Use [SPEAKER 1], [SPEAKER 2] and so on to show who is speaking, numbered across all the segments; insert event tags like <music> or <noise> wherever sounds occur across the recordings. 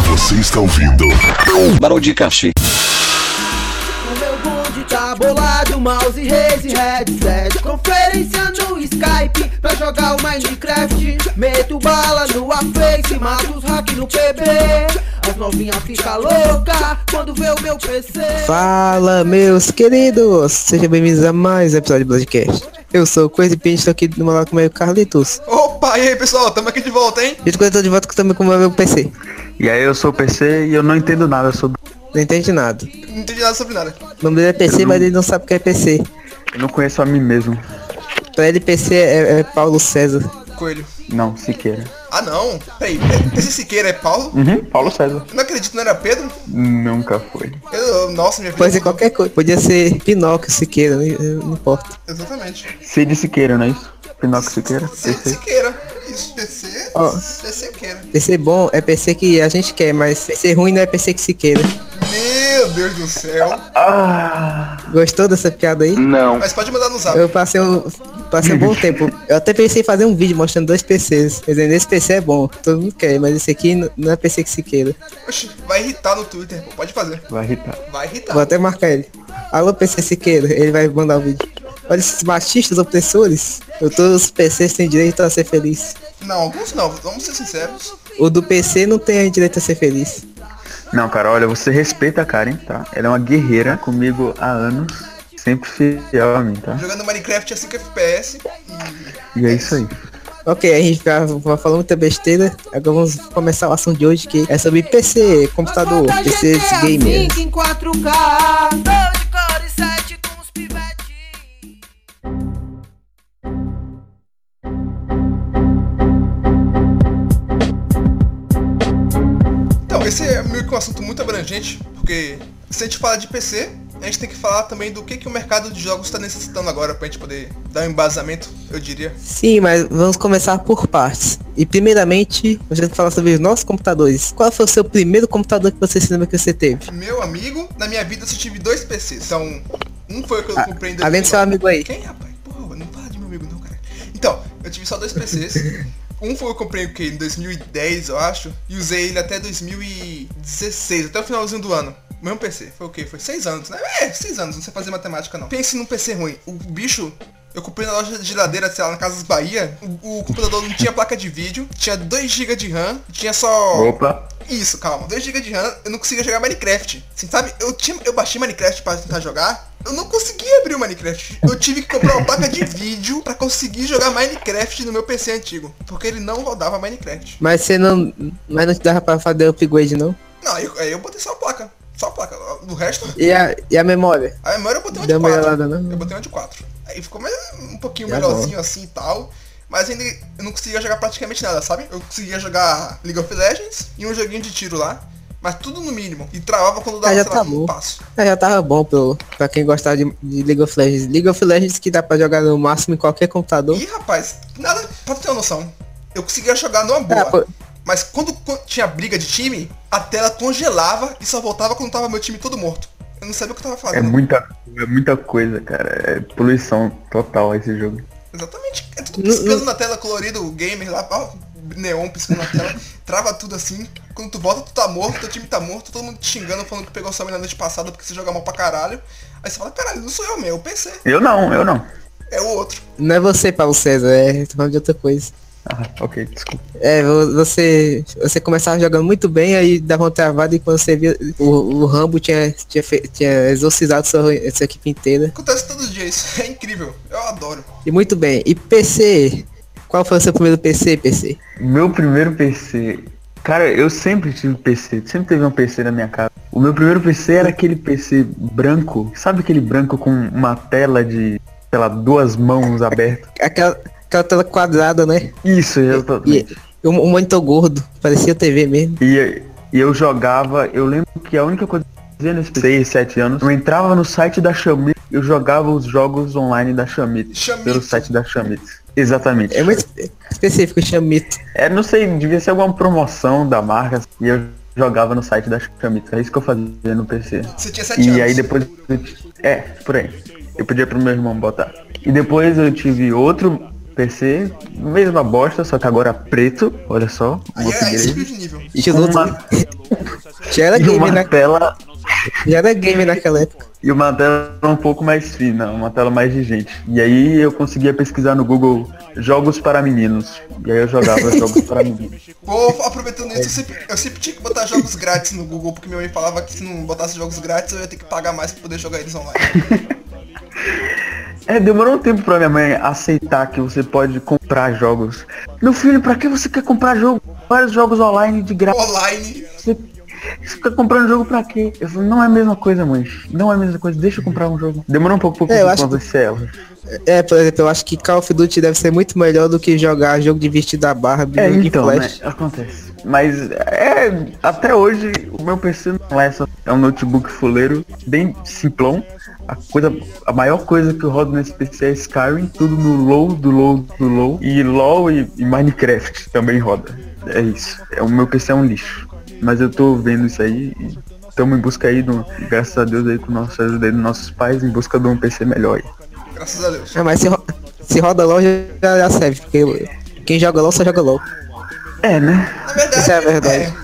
[SPEAKER 1] Você está ouvindo
[SPEAKER 2] Barão de Cachê.
[SPEAKER 3] O meu bonde tá bolado, mouse, raise, headset Conferência no Skype pra jogar o Minecraft Meto bala no Face, mato os hack no PB As novinhas ficam louca quando vê o meu PC
[SPEAKER 4] Fala, meus queridos! Sejam bem-vindos a mais um episódio do Bloodcast. Eu sou o Crazy Pin, estou aqui do meu lado com o meu Carlitos.
[SPEAKER 5] Opa, e aí pessoal, tamo aqui de volta, hein?
[SPEAKER 4] Junto com eu estou de volta com- também com o meu amigo PC.
[SPEAKER 6] E aí eu sou o PC e eu não entendo nada sobre.
[SPEAKER 4] Não entende nada.
[SPEAKER 5] Não entendi nada sobre nada.
[SPEAKER 4] O nome dele é PC, mas ele não sabe o que é PC.
[SPEAKER 6] Eu não conheço a mim mesmo.
[SPEAKER 4] Pra ele, PC é, é Paulo César.
[SPEAKER 5] Coelho.
[SPEAKER 6] Não, Siqueira.
[SPEAKER 5] Ah não, peraí, é- esse Siqueira é Paulo?
[SPEAKER 6] Uhum, Paulo César.
[SPEAKER 5] Eu não acredito, não era Pedro?
[SPEAKER 6] Nunca foi.
[SPEAKER 5] Eu- nossa, minha vida.
[SPEAKER 4] Pode ser qualquer coisa. Podia ser Pinóquio, Siqueira, não, não importa. <laughs>
[SPEAKER 5] Exatamente.
[SPEAKER 6] Cid Siqueira, não é isso? Pinóquio Siqueira?
[SPEAKER 5] Se-
[SPEAKER 6] PC.
[SPEAKER 5] Siqueira. Isso, PC.
[SPEAKER 4] Ó.
[SPEAKER 5] É Siqueira.
[SPEAKER 4] PC bom é PC que a gente quer, mas PC ruim não é PC que se queira.
[SPEAKER 5] Meu Deus do céu.
[SPEAKER 6] Ah,
[SPEAKER 4] Gostou dessa piada aí?
[SPEAKER 2] Não.
[SPEAKER 5] Mas pode mandar no zap.
[SPEAKER 4] Eu passei um, passei um bom tempo. Eu até pensei em fazer um vídeo mostrando dois PCs. Quer dizer, esse PC é bom, todo mundo quer, mas esse aqui n- não é PC que se queira.
[SPEAKER 5] Oxi, vai irritar no Twitter. pô, Pode fazer.
[SPEAKER 6] vai irritar.
[SPEAKER 5] Vai irritar.
[SPEAKER 4] Vou até marcar ele. Alô, PC Siqueira, ele vai mandar o vídeo. Olha esses machistas opressores. Eu, todos os PCs têm direito a ser feliz.
[SPEAKER 5] Não, alguns não, vamos ser sinceros.
[SPEAKER 4] O do PC não tem direito a ser feliz.
[SPEAKER 6] Não, cara, olha, você respeita a Karen, tá? Ela é uma guerreira comigo há anos. Sempre fiel a mim, tá?
[SPEAKER 5] Jogando Minecraft é a 5 FPS. Hum,
[SPEAKER 6] E é isso aí.
[SPEAKER 4] Ok, a gente já, já falou muita besteira. Agora vamos começar o assunto de hoje que é sobre PC, computador,
[SPEAKER 3] Mas bota
[SPEAKER 4] PC
[SPEAKER 3] GTA
[SPEAKER 4] gamer.
[SPEAKER 3] V em 4K Tô de cor e sete com os pivetinhos
[SPEAKER 5] Então, esse é meio que um assunto muito abrangente, porque se a gente falar de PC, a gente tem que falar também do que, que o mercado de jogos está necessitando agora pra gente poder dar um embasamento, eu diria.
[SPEAKER 4] Sim, mas vamos começar por partes. E primeiramente, nós vamos falar sobre os nossos computadores. Qual foi o seu primeiro computador que você se lembra que você teve?
[SPEAKER 5] Meu amigo, na minha vida eu só tive dois PCs. Então, um foi o que eu comprei em
[SPEAKER 4] Além do seu
[SPEAKER 5] 2009.
[SPEAKER 4] amigo aí.
[SPEAKER 5] Quem, rapaz? Porra, não fala de meu amigo não, cara. Então, eu tive só dois PCs. Um foi eu comprei o que? Em 2010, eu acho. E usei ele até 2016, até o finalzinho do ano. O Mesmo PC. Foi o quê? Foi seis anos, né? É, seis anos, não sei fazer matemática não. Pense num PC ruim. O bicho. Eu comprei na loja de geladeira, sei lá, na Casas Bahia. O, o computador não tinha placa de vídeo, tinha 2GB de RAM, tinha só.
[SPEAKER 6] Opa.
[SPEAKER 5] Isso, calma. 2GB de RAM, eu não conseguia jogar Minecraft. Assim, sabe? Eu, tinha, eu baixei Minecraft pra tentar jogar. Eu não conseguia abrir o Minecraft. Eu tive que comprar uma
[SPEAKER 4] <laughs>
[SPEAKER 5] placa de vídeo pra conseguir jogar Minecraft no meu PC antigo. Porque ele não rodava Minecraft.
[SPEAKER 4] Mas você não. Mas não te dava pra fazer upgrade não?
[SPEAKER 5] Não, aí eu, aí eu botei só a placa. Só a placa. Do resto,
[SPEAKER 4] E a, e a memória?
[SPEAKER 5] a memória eu botei
[SPEAKER 4] Dá
[SPEAKER 5] uma de
[SPEAKER 4] uma né?
[SPEAKER 5] 4.
[SPEAKER 4] olhada não?
[SPEAKER 5] Eu botei uma de 4. Aí ficou mais, um pouquinho
[SPEAKER 4] Tá
[SPEAKER 5] melhorzinho assim e tal. Mas ainda eu não conseguia jogar praticamente nada, sabe? Eu conseguia jogar League of Legends e um joguinho de tiro lá. Mas tudo no mínimo. E travava quando dava,
[SPEAKER 4] Ah, já
[SPEAKER 5] sei lá,
[SPEAKER 4] tá bom.
[SPEAKER 5] um passo.
[SPEAKER 4] Ah, já tava bom pro, pra quem gostava de, de League of Legends. League of Legends que dá pra jogar no máximo em qualquer computador.
[SPEAKER 5] Ih, rapaz, nada, pra tu ter uma noção, eu conseguia jogar numa boa,
[SPEAKER 4] Ah,
[SPEAKER 6] É,
[SPEAKER 4] pô,
[SPEAKER 5] mas quando, co- tinha briga de time, a tela congelava e só voltava quando tava meu time todo morto. Eu não sabia o que eu tava
[SPEAKER 6] É
[SPEAKER 5] fazendo.
[SPEAKER 6] muita, é muita coisa, cara. É poluição total esse jogo.
[SPEAKER 5] Exatamente, é tudo
[SPEAKER 4] Não-
[SPEAKER 5] piscando
[SPEAKER 4] não-
[SPEAKER 5] na tela, colorido, o gamer lá, ó, neon piscando na
[SPEAKER 6] <laughs>
[SPEAKER 5] tela, trava tudo assim. Quando tu volta, tu tá morto, teu time tá morto, todo mundo te xingando, falando que pegou sua mina noite passada porque você joga mal pra caralho. Aí você fala, caralho, não sou eu meu, é o PC,
[SPEAKER 6] Eu não, eu não.
[SPEAKER 5] é o outro.
[SPEAKER 4] não é você, Paulo César, é tô falando de outra coisa.
[SPEAKER 6] Ah, ok, desculpa.
[SPEAKER 4] É, vo- você, você começava jogando muito bem, aí dava uma travada e quando você via, o, o Rambo tinha, tinha, fe- tinha exorcizado sua, sua equipe inteira.
[SPEAKER 5] Acontece todo dia isso, <laughs> é incrível, eu adoro.
[SPEAKER 4] E muito bem. E PC? Qual foi o seu primeiro PC, PC?
[SPEAKER 6] Meu primeiro PC. Cara, eu sempre tive PC, sempre teve um PC na minha casa. O meu primeiro PC era aquele PC branco, sabe aquele branco com uma tela de, sei lá, duas mãos abertas?
[SPEAKER 4] Aquela, aquela tela quadrada, né?
[SPEAKER 6] Isso, exatamente.
[SPEAKER 4] E um, um monitor gordo, parecia TV mesmo.
[SPEAKER 6] E, e eu jogava, eu lembro que a única coisa que eu fazia nesse PC, 6, 7 anos, eu entrava no site da Xamit, eu jogava os jogos online da Xamit,
[SPEAKER 5] Xamito.
[SPEAKER 6] pelo site da Xamit. Exatamente.
[SPEAKER 4] É muito espe- específico, chamito.
[SPEAKER 6] É, não sei, devia ser alguma promoção da marca e eu jogava no site da Xamita. É isso que eu fazia no PC.
[SPEAKER 5] Você tinha 7 anos.
[SPEAKER 6] E aí depois. É, por aí. Eu podia pro meu irmão botar. E depois eu tive outro PC, mesma bosta, só que agora preto, olha só. um
[SPEAKER 5] Aí, aí
[SPEAKER 6] upgrade.
[SPEAKER 5] subiu de nível.
[SPEAKER 6] E com uma,
[SPEAKER 4] Já era
[SPEAKER 6] E
[SPEAKER 4] game,
[SPEAKER 6] uma
[SPEAKER 4] né?
[SPEAKER 6] tela.
[SPEAKER 4] Já era game naquela época.
[SPEAKER 6] E uma tela um pouco mais fina, uma tela mais de gente. E aí eu conseguia pesquisar no Google jogos para meninos. E aí eu jogava jogos para meninos.
[SPEAKER 5] Pô, aproveitando isso, eu sempre, eu sempre tinha que botar jogos grátis no Google, porque minha mãe falava que se não botasse jogos grátis, eu ia ter que pagar mais pra poder jogar eles online.
[SPEAKER 6] É, demorou um tempo pra minha mãe aceitar que você pode comprar jogos. Meu filho, pra que você quer comprar jogo? Vários jogos online de graça.
[SPEAKER 5] Online,
[SPEAKER 6] Você, você fica comprando jogo pra quê? Eu falei, não é a mesma coisa, mãe. Não é a mesma coisa, deixa eu comprar um jogo. Demorou um pouco pra
[SPEAKER 4] É, eu
[SPEAKER 6] eu
[SPEAKER 4] acho que-
[SPEAKER 6] convencer ela.
[SPEAKER 4] É, por exemplo, eu acho que Call of Duty deve ser muito melhor do que jogar jogo de vestido da Barbie,
[SPEAKER 6] É,
[SPEAKER 4] jogo de
[SPEAKER 6] então, né?
[SPEAKER 4] Flash.
[SPEAKER 6] Acontece. Mas é. Até hoje o meu PC não é só. É um notebook fuleiro, bem simplão. A, coisa, a maior coisa que eu rodo nesse PC é Skyrim, tudo no low, do low, do low. E LOL e, e Minecraft também roda. É isso. É, o meu PC é um lixo. Mas eu tô vendo isso aí e estamos em busca aí do. Graças a Deus aí com nossa ajuda aí dos nossos pais, em busca de um PC melhor aí.
[SPEAKER 5] graças a Deus.
[SPEAKER 4] É, mas se, ro- se roda LOL já, já serve, porque quem joga LOL só joga LOL.
[SPEAKER 6] É, né?
[SPEAKER 5] Na verdade,
[SPEAKER 4] Isso é verdade.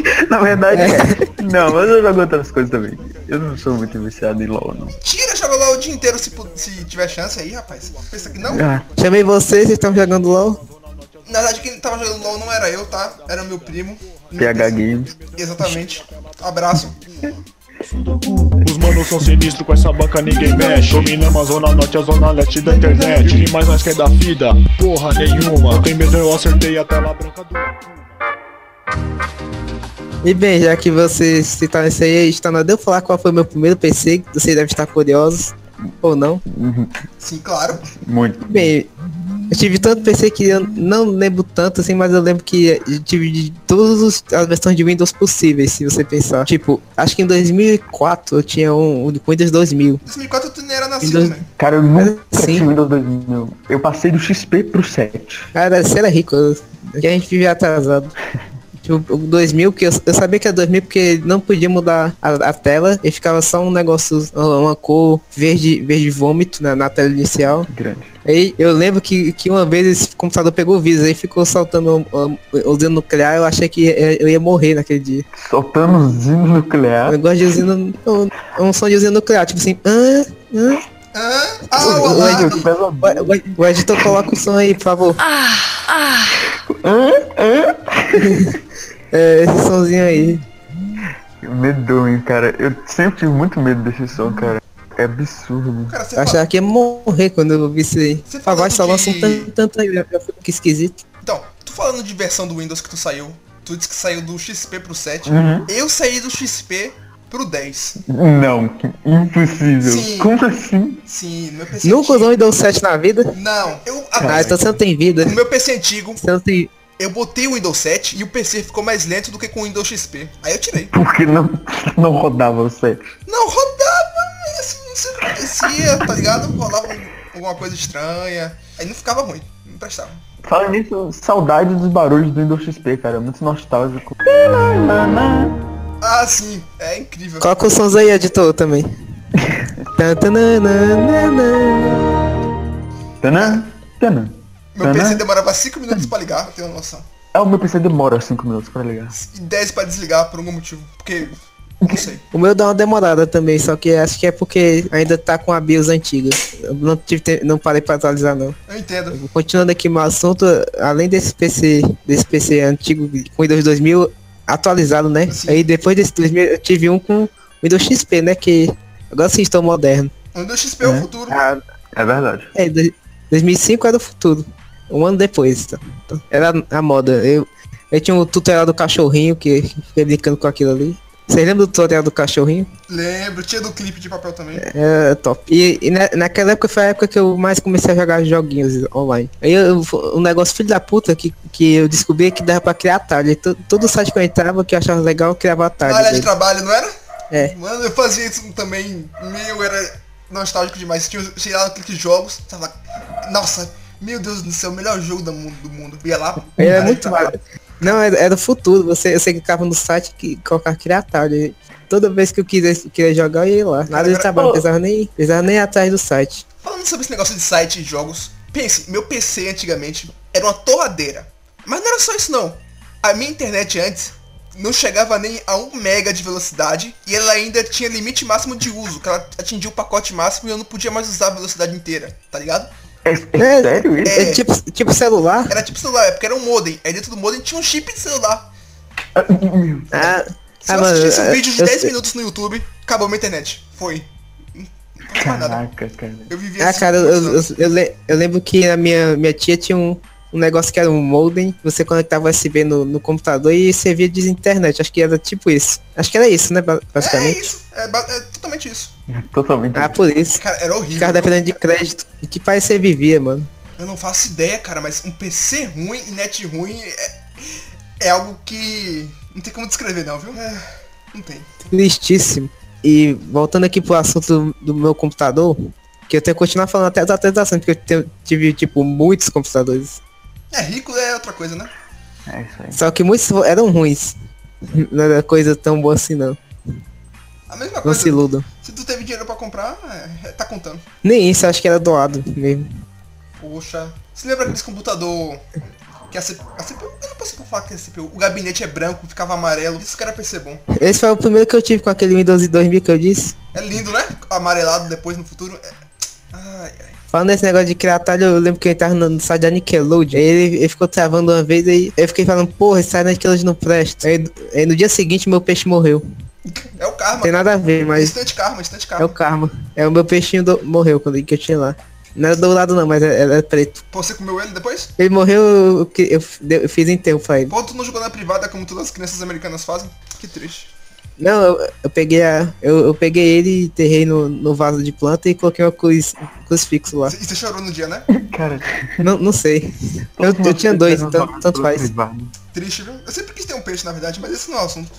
[SPEAKER 6] <laughs> Na verdade, é. não, mas eu jogo outras coisas também. Eu não sou muito viciado em LOL, não.
[SPEAKER 5] tira, joga lá o dia inteiro se, pu- se tiver chance aí, rapaz. Pensa que não.
[SPEAKER 6] Ah,
[SPEAKER 4] Chamei vocês, vocês estão jogando LOL?
[SPEAKER 5] Na verdade, quem tava jogando LOL não era eu, tá? Era meu primo.
[SPEAKER 6] PH Games.
[SPEAKER 5] Exatamente. Abraço.
[SPEAKER 1] Os manos são sinistros, com essa banca ninguém mexe Dominamos a zona norte, a zona leste da internet E o que mais nós quer da vida? Porra nenhuma Tem medo eu acertei a tela branca do...
[SPEAKER 4] E bem, já que vocês citaram isso aí, está na hora de eu falar qual foi o meu primeiro PC, vocês devem estar curiosos, ou não.
[SPEAKER 5] Sim, claro.
[SPEAKER 6] Muito.
[SPEAKER 4] Bem, eu tive tanto PC que eu não lembro tanto assim, mas eu lembro que eu tive de todas os- as versões de Windows possíveis, se você pensar. Tipo, acho que em 2004 eu tinha um, um Windows 2000.
[SPEAKER 5] 2004 tu nem era nascido,
[SPEAKER 4] Windows-
[SPEAKER 5] né?
[SPEAKER 6] Cara, eu nunca
[SPEAKER 4] Sim.
[SPEAKER 6] tive um Windows 2000. Eu passei do XP pro 7.
[SPEAKER 4] Cara, você era rico, eu- que a gente vivia atrasado. Tipo, o 2000, que eu, eu sabia que era 2000 porque não podia mudar a, a tela e ficava só um negócio, uma uma cor verde, verde vômito na, na tela inicial.
[SPEAKER 6] Grande.
[SPEAKER 4] Aí eu lembro que, que uma vez esse computador pegou o vírus aí ficou soltando um, um, usina nuclear, eu achei que eu ia morrer naquele dia.
[SPEAKER 6] Soltando zino
[SPEAKER 4] Eu
[SPEAKER 6] nuclear.
[SPEAKER 4] gosto de usina, um, um som de usina nuclear, tipo assim, ah, ah.
[SPEAKER 5] Hã? Ah,
[SPEAKER 4] Oi,
[SPEAKER 5] o
[SPEAKER 4] oi,
[SPEAKER 5] alarme.
[SPEAKER 6] Meu, que pesadelo.
[SPEAKER 4] O- o- O editor coloca o som aí, por favor. <laughs> É, esse somzinho aí.
[SPEAKER 6] Medonho, cara. Eu sempre tive muito medo desse som, cara. É absurdo.
[SPEAKER 5] Cara, você
[SPEAKER 4] Eu achava que ia morrer quando eu vi isso aí.
[SPEAKER 5] Você
[SPEAKER 4] A voz só
[SPEAKER 5] falando
[SPEAKER 4] lança um
[SPEAKER 5] de-
[SPEAKER 4] tanto, tanto aí, eu eu fico que esquisito.
[SPEAKER 5] Então, tu falando de versão do Windows que tu saiu, tu disse que saiu do XP pro 7.
[SPEAKER 6] Uhum.
[SPEAKER 5] Eu saí do XP pro 10.
[SPEAKER 6] Não, que impossível.
[SPEAKER 5] Sim.
[SPEAKER 6] Como assim?
[SPEAKER 5] Sim, meu PC
[SPEAKER 4] Nunca usou
[SPEAKER 5] antigo.
[SPEAKER 4] um Windows 7 na vida?
[SPEAKER 5] Não, eu
[SPEAKER 4] Ah, então você não tem vida.
[SPEAKER 5] no meu PC antigo,
[SPEAKER 4] Você não tem...
[SPEAKER 5] eu botei o Windows 7 e o PC ficou mais lento do que com o Windows XP. Aí eu tirei.
[SPEAKER 6] Porque não, não rodava o 7.
[SPEAKER 5] Não, rodava, isso, isso acontecia, tá ligado? Rolava um, alguma coisa estranha. Aí não ficava ruim, não prestava.
[SPEAKER 6] Fala nisso, saudade dos barulhos do Windows XP, cara. Muito nostálgico.
[SPEAKER 5] Ah, sim, é incrível.
[SPEAKER 4] Coloca os sons aí, editor, também. Tan, tan, nan, nan, nan.
[SPEAKER 6] Tanã? Tanã.
[SPEAKER 5] Meu PC
[SPEAKER 6] Tanã?
[SPEAKER 5] demorava 5 minutos pra ligar, eu tenho uma noção.
[SPEAKER 6] Ah, o meu PC demora 5 minutos pra ligar.
[SPEAKER 5] E 10 pra desligar por algum motivo. Porque. Não sei.
[SPEAKER 4] O meu dá uma demorada também, só que acho que é porque ainda tá com a BIOS antiga. Eu não, tive te- não parei pra atualizar, não.
[SPEAKER 5] Eu entendo.
[SPEAKER 4] Continuando aqui meu assunto, além desse PC, desse PC antigo com Windows 2000 atualizado, né?
[SPEAKER 5] Sim.
[SPEAKER 4] Aí depois desse 2000 eu tive um com Windows XP, né? Que agora sim estou moderno.
[SPEAKER 5] O Windows XP é o
[SPEAKER 6] É.
[SPEAKER 5] futuro.
[SPEAKER 6] É verdade.
[SPEAKER 4] É, do- 2005 era o futuro. Um ano depois. tá? Então, Era a moda. Eu, eu tinha um tutorial do cachorrinho que fiquei brincando com aquilo ali. Vocês lembram do tutorial do cachorrinho?
[SPEAKER 5] Lembro, tinha do clipe de papel também.
[SPEAKER 4] É top. E, e na- naquela época foi a época que eu mais comecei a jogar joguinhos online. Aí eu, eu- um negócio filho da puta que, que eu descobri é que dava pra criar atalho. E to- todo site que eu entrava que eu achava legal, eu criava atalho.
[SPEAKER 5] Área de trabalho, não era?
[SPEAKER 4] É.
[SPEAKER 5] Mano, eu fazia isso também. Meu, era nostálgico demais. Tinha tirado clique de jogos, tava. Nossa, meu Deus do céu, o melhor jogo do mundo. Do mundo. Ia lá. tá.
[SPEAKER 4] Era
[SPEAKER 5] aí
[SPEAKER 4] muito
[SPEAKER 5] tava-
[SPEAKER 4] mal. Não, era, era o futuro. Você, você clicava no site que colocava criar atalho. E Toda vez que eu quisesse queria jogar, eu ia lá. Nada de
[SPEAKER 5] Agora-
[SPEAKER 4] trabalho, não
[SPEAKER 6] Ô.
[SPEAKER 4] precisava nem, precisava nem ir atrás do site.
[SPEAKER 5] Falando sobre esse negócio de site e jogos, pense, meu PC antigamente era uma torradeira. Mas não era só isso não. A minha internet antes não chegava nem a 1 mega de velocidade e ela ainda tinha limite máximo de uso, que ela atingia o pacote máximo e eu não podia mais usar a velocidade inteira, tá ligado?
[SPEAKER 6] É, é
[SPEAKER 4] É.
[SPEAKER 6] sério isso?
[SPEAKER 4] É tipo, tipo celular?
[SPEAKER 5] Era tipo celular, é porque era um modem, aí dentro do modem tinha um chip de celular.
[SPEAKER 6] Meu,
[SPEAKER 4] Ah,
[SPEAKER 5] É. Se
[SPEAKER 4] ah,
[SPEAKER 5] eu assistisse um
[SPEAKER 4] eu-
[SPEAKER 5] vídeo de
[SPEAKER 4] eu-
[SPEAKER 5] 10 minutos no YouTube, acabou minha internet. Foi. Não tinha mais nada.
[SPEAKER 6] Caraca, cara.
[SPEAKER 5] Eu vivia
[SPEAKER 4] Ah,
[SPEAKER 5] assim
[SPEAKER 4] cara,
[SPEAKER 5] por
[SPEAKER 4] eu,
[SPEAKER 5] muitos
[SPEAKER 4] eu,
[SPEAKER 5] anos.
[SPEAKER 4] eu le- eu lembro que a minha, minha tia tinha um, um negócio que era um modem, você conectava USB no, no computador e servia de internet, acho que era tipo isso. Acho que era isso, né, ba-
[SPEAKER 5] É
[SPEAKER 4] basicamente.
[SPEAKER 5] isso, é, ba- é totalmente isso.
[SPEAKER 6] Totalmente.
[SPEAKER 4] Ah, por isso.
[SPEAKER 5] Cara, era horrível.
[SPEAKER 4] Ficava dependendo de crédito. E que país você vivia, mano?
[SPEAKER 5] Eu não faço ideia, cara, mas um PC ruim e net ruim é, é algo que não tem como descrever não, viu? É, não tem.
[SPEAKER 4] Tristíssimo. E voltando aqui pro assunto do meu computador, que eu tenho que continuar falando até da tentação, porque eu tenho- tive, tipo, muitos computadores.
[SPEAKER 5] É rico é outra coisa, né?
[SPEAKER 6] É isso aí.
[SPEAKER 4] Só que muitos eram ruins. Não era coisa tão boa assim, não.
[SPEAKER 5] A mesma
[SPEAKER 4] Não
[SPEAKER 5] coisa.
[SPEAKER 4] se iludam.
[SPEAKER 5] Se tu teve dinheiro pra comprar, é, tá contando.
[SPEAKER 4] Nem isso, acho que era doado mesmo.
[SPEAKER 5] Poxa. Você lembra aqueles computador que a, C- a CPU. Eu não posso falar que é CPU. O gabinete é branco, ficava amarelo. Isso que era PC bom.
[SPEAKER 4] Esse foi o primeiro que eu tive com aquele Windows 2000 que eu disse.
[SPEAKER 5] É lindo, né? Amarelado depois no futuro. É... Ai, ai.
[SPEAKER 4] Falando nesse negócio de criar atalho, eu lembro que eu entrava no no site da Nickelodeon. aí Ele, ele ficou travando uma vez aí. Eu fiquei falando, porra, esse site da Nickelodeon não presta. Aí, aí no dia seguinte meu peixe morreu.
[SPEAKER 5] É o karma.
[SPEAKER 4] Tem nada a ver, mas
[SPEAKER 5] Instante karma, instante
[SPEAKER 4] é
[SPEAKER 5] karma.
[SPEAKER 4] o karma. É o meu peixinho do- morreu quando que eu tinha lá. Não era dourado não, mas era, era preto.
[SPEAKER 5] Pô, você comeu ele depois?
[SPEAKER 4] Ele morreu, eu, eu, eu, eu fiz enterro pra ele.
[SPEAKER 5] Pô, tu não jogou na privada como todas as crianças americanas fazem? Que triste.
[SPEAKER 4] Não, eu, eu peguei a. Eu, eu peguei ele e enterrei no, no vaso de planta e coloquei uma cruz, um crucifixo lá.
[SPEAKER 5] E você chorou no dia, né?
[SPEAKER 6] Cara, assim.
[SPEAKER 4] Não, não sei. Eu, eu tinha dois, então tanto faz.
[SPEAKER 5] Triste, viu? Eu sempre quis ter um peixe, na verdade, mas esse não é o assunto.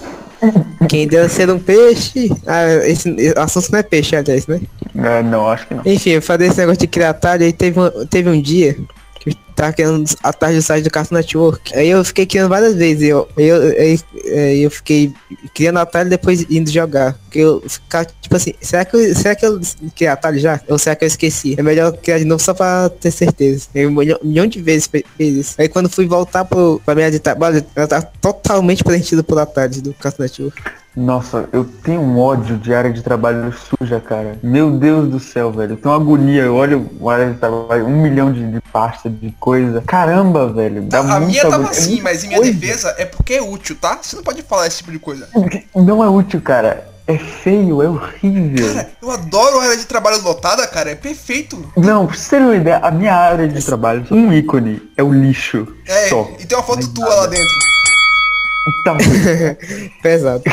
[SPEAKER 4] Quem deu a ser um peixe. Ah, esse esse assunto não é peixe, aliás, né?
[SPEAKER 6] Ah, não, acho que não.
[SPEAKER 4] Enfim, eu falei esse negócio de criar atalho, aí teve um, teve um dia que eu tava criando atalho do site do Cartoon Network. Aí eu fiquei criando várias vezes, eu, eu, aí- aí eu fiquei criando atalho e depois indo jogar. Porque eu ficava tipo assim, será que eu, será que eu criei atalho já? Ou será que eu esqueci? É melhor criar de novo só pra ter certeza. Eu um milhão, milhão de vezes fe- fiz isso. Aí quando fui voltar pro, pra minha de trabalho, ela tava totalmente preenchida por atalhos do Cartoon Network.
[SPEAKER 6] Nossa, eu tenho um ódio de área de trabalho suja, cara. Meu Deus do céu, velho. Eu tenho uma agonia. Eu olho a área de trabalho, um milhão de, de pasta, de coisa. Caramba, velho. Dá
[SPEAKER 5] a
[SPEAKER 6] muita
[SPEAKER 5] minha tava
[SPEAKER 6] agonia. É
[SPEAKER 5] assim,
[SPEAKER 6] muita
[SPEAKER 5] mas em minha
[SPEAKER 6] coisa.
[SPEAKER 5] defesa é porque é útil, tá? Você não pode falar esse tipo de coisa.
[SPEAKER 6] Não é útil, cara. É feio,
[SPEAKER 5] <laughs>
[SPEAKER 6] é horrível.
[SPEAKER 5] Cara, eu adoro a área de trabalho lotada, cara. É perfeito.
[SPEAKER 6] Não, pra você ter uma ideia, a minha área de trabalho, um ícone é o lixo.
[SPEAKER 5] É,
[SPEAKER 6] só.
[SPEAKER 5] e tem uma foto
[SPEAKER 6] Mais
[SPEAKER 5] tua
[SPEAKER 6] nada.
[SPEAKER 5] lá dentro.
[SPEAKER 6] Tá
[SPEAKER 4] Pesado.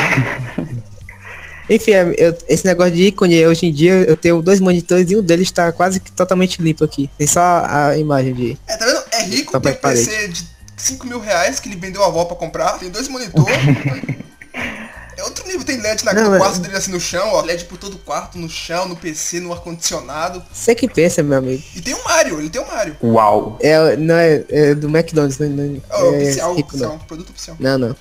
[SPEAKER 4] Enfim, é, eu- esse negócio de ícone, hoje em dia eu tenho dois monitores e um deles tá quase que totalmente limpo aqui. Tem só a imagem de.
[SPEAKER 5] É, tá vendo? É rico,
[SPEAKER 4] Tá
[SPEAKER 5] tem um
[SPEAKER 4] pra parede.
[SPEAKER 5] PC de 5 mil reais que ele vendeu a avó pra comprar. Tem
[SPEAKER 4] <laughs>
[SPEAKER 5] dois monitores. é outro nível, tem LED na,
[SPEAKER 4] Não,
[SPEAKER 5] no
[SPEAKER 4] mas-
[SPEAKER 5] quarto dele assim no chão, ó. LED por todo o quarto, no chão, no PC, no ar-condicionado.
[SPEAKER 4] Você que pensa, meu amigo.
[SPEAKER 5] E tem o Mario, ele tem o Mario.
[SPEAKER 6] Uau.
[SPEAKER 4] É, não é, é do McDonald's, não, não
[SPEAKER 5] É o
[SPEAKER 4] é
[SPEAKER 5] oficial,
[SPEAKER 4] rico, não.
[SPEAKER 5] oficial, produto oficial.
[SPEAKER 4] Não, não.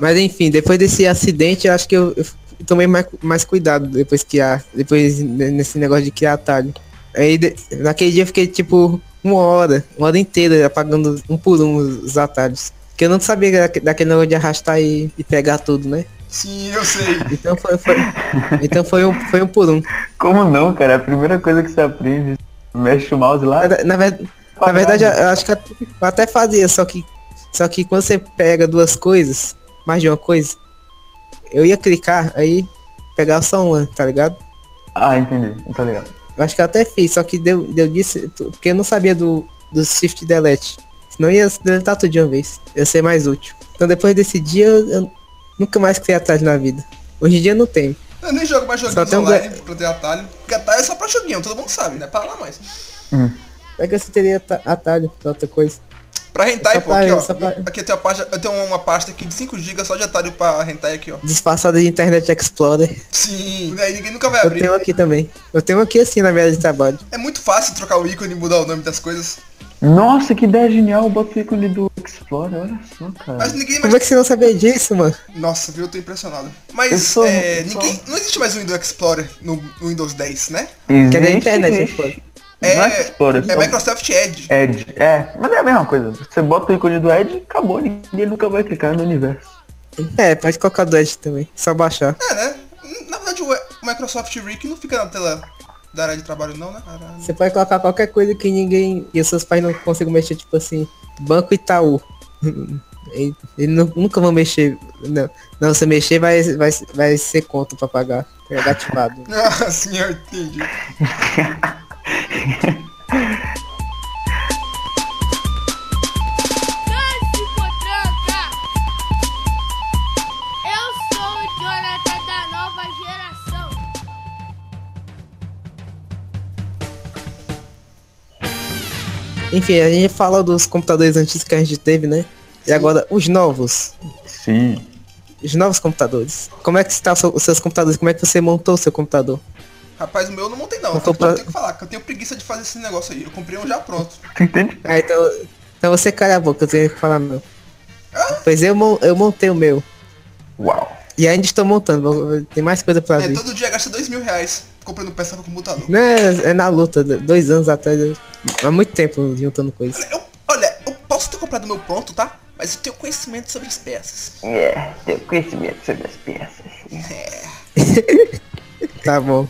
[SPEAKER 4] Mas enfim, depois desse acidente, eu acho que eu, eu tomei mais, mais cuidado depois que a, depois ne- nesse negócio de criar atalho. Aí de- naquele dia eu fiquei tipo uma hora, uma hora inteira apagando um por um os, os atalhos. Porque eu não sabia da- daquele negócio de arrastar e, e pegar tudo, né?
[SPEAKER 5] Sim, eu sei.
[SPEAKER 4] Então foi, foi- então foi, um, foi um por um.
[SPEAKER 6] Como não, cara? É A primeira coisa que você aprende, mexe o mouse
[SPEAKER 4] Na,
[SPEAKER 6] lá.
[SPEAKER 4] ver- na ver- na verdade, eu eu acho que eu até fazia, só que, só que quando você pega duas coisas, mais de uma coisa, eu ia clicar, aí pegar só uma, tá ligado?
[SPEAKER 6] Ah, entendi. Tá ligado.
[SPEAKER 4] Eu acho que eu até fiz, só que deu, deu disso, porque eu não sabia do, do Shift Delete. Senão ia se deletar tudo de uma vez. Ia ser mais útil. Então depois desse dia, eu, eu nunca mais criei atrás na vida. Hoje em dia eu não tenho.
[SPEAKER 5] Eu nem jogo mais joguinhos
[SPEAKER 4] tem um
[SPEAKER 5] online pra ter atalho. Porque atalho é só pra joguinho, todo mundo sabe, né? Pra lá mais.
[SPEAKER 4] É que eu teria ata- atalho pra outra coisa.
[SPEAKER 5] Pra hentai,
[SPEAKER 4] Só
[SPEAKER 5] pô,
[SPEAKER 4] pra-
[SPEAKER 5] aqui, ó.
[SPEAKER 4] só pra-
[SPEAKER 5] Aqui eu tenho, a pasta, eu tenho uma pasta aqui de 5GB só de atalho pra hentai aqui, ó.
[SPEAKER 4] Disfarçada de Internet Explorer.
[SPEAKER 5] Sim, aí ninguém nunca vai
[SPEAKER 4] Eu
[SPEAKER 5] abrir.
[SPEAKER 4] tenho aqui também. Eu tenho aqui assim na minha área de trabalho.
[SPEAKER 5] É muito fácil trocar o ícone e mudar o nome das coisas.
[SPEAKER 6] Nossa, que ideia genial. Bota o ícone do Explorer. Olha só,
[SPEAKER 5] Mas
[SPEAKER 6] cara.
[SPEAKER 5] ninguém mais
[SPEAKER 4] Como é que você não sabia disso, mano?
[SPEAKER 5] Nossa, viu? Eu tô impressionado.
[SPEAKER 6] Eu
[SPEAKER 5] Mas
[SPEAKER 6] sou-
[SPEAKER 5] é,
[SPEAKER 6] eu sou-
[SPEAKER 5] ninguém. Não existe mais o Windows Explorer no, no Windows 10, né?
[SPEAKER 4] Que é da
[SPEAKER 6] Existe,
[SPEAKER 4] internet,
[SPEAKER 6] existe.
[SPEAKER 4] Explorer.
[SPEAKER 5] É,
[SPEAKER 6] Não é Explorer.
[SPEAKER 5] É
[SPEAKER 6] só
[SPEAKER 5] Microsoft Edge.
[SPEAKER 6] Edge. É, mas é a mesma coisa. Você bota o ícone do Edge, acabou. Ninguém nunca vai clicar no universo.
[SPEAKER 4] É, pode colocar do Edge também. Só baixar.
[SPEAKER 5] É, né? Na verdade, o Microsoft Rick não fica na tela da área de trabalho, não, né? <laughs> Era-
[SPEAKER 4] Você pode colocar qualquer coisa que ninguém. E os seus pais não consigam mexer, tipo assim, Banco Itaú. <laughs> Ele ele nu- nunca vão mexer. Não, não se mexer vai, vai, vai ser conta pra pagar. É gativado.
[SPEAKER 5] Ah, sim, eu entendi.
[SPEAKER 2] Dane-se, potranca! Eu sou o Jonathan da nova geração.
[SPEAKER 4] Enfim, a gente fala dos computadores antigos que a gente teve, né? E agora, os novos.
[SPEAKER 6] Sim.
[SPEAKER 4] Os novos computadores. Como é que está o seu- os seus computadores? Como é que você montou o seu computador?
[SPEAKER 5] Rapaz, o meu eu não montei, não.
[SPEAKER 4] Eu
[SPEAKER 5] Eu
[SPEAKER 4] tô pra-
[SPEAKER 5] tenho que falar que eu tenho preguiça de fazer esse negócio aí. Eu comprei um já pronto.
[SPEAKER 6] Tu entende?
[SPEAKER 4] Ah, então, então você cala a boca, eu tenho que falar meu. Pois eu, mon- eu montei o meu.
[SPEAKER 6] Uau.
[SPEAKER 4] E ainda estou montando, vou- tem mais coisa pra
[SPEAKER 5] É,
[SPEAKER 4] ver.
[SPEAKER 5] todo dia gasta dois mil reais comprando peça pro computador.
[SPEAKER 4] Né, é na luta, do- dois anos atrás, eu- há muito tempo juntando coisas.
[SPEAKER 5] Eu, olha, eu posso ter comprado o meu pronto, tá? Mas eu tenho conhecimento sobre as peças.
[SPEAKER 6] É, tenho conhecimento sobre as peças. né?
[SPEAKER 4] Tá bom.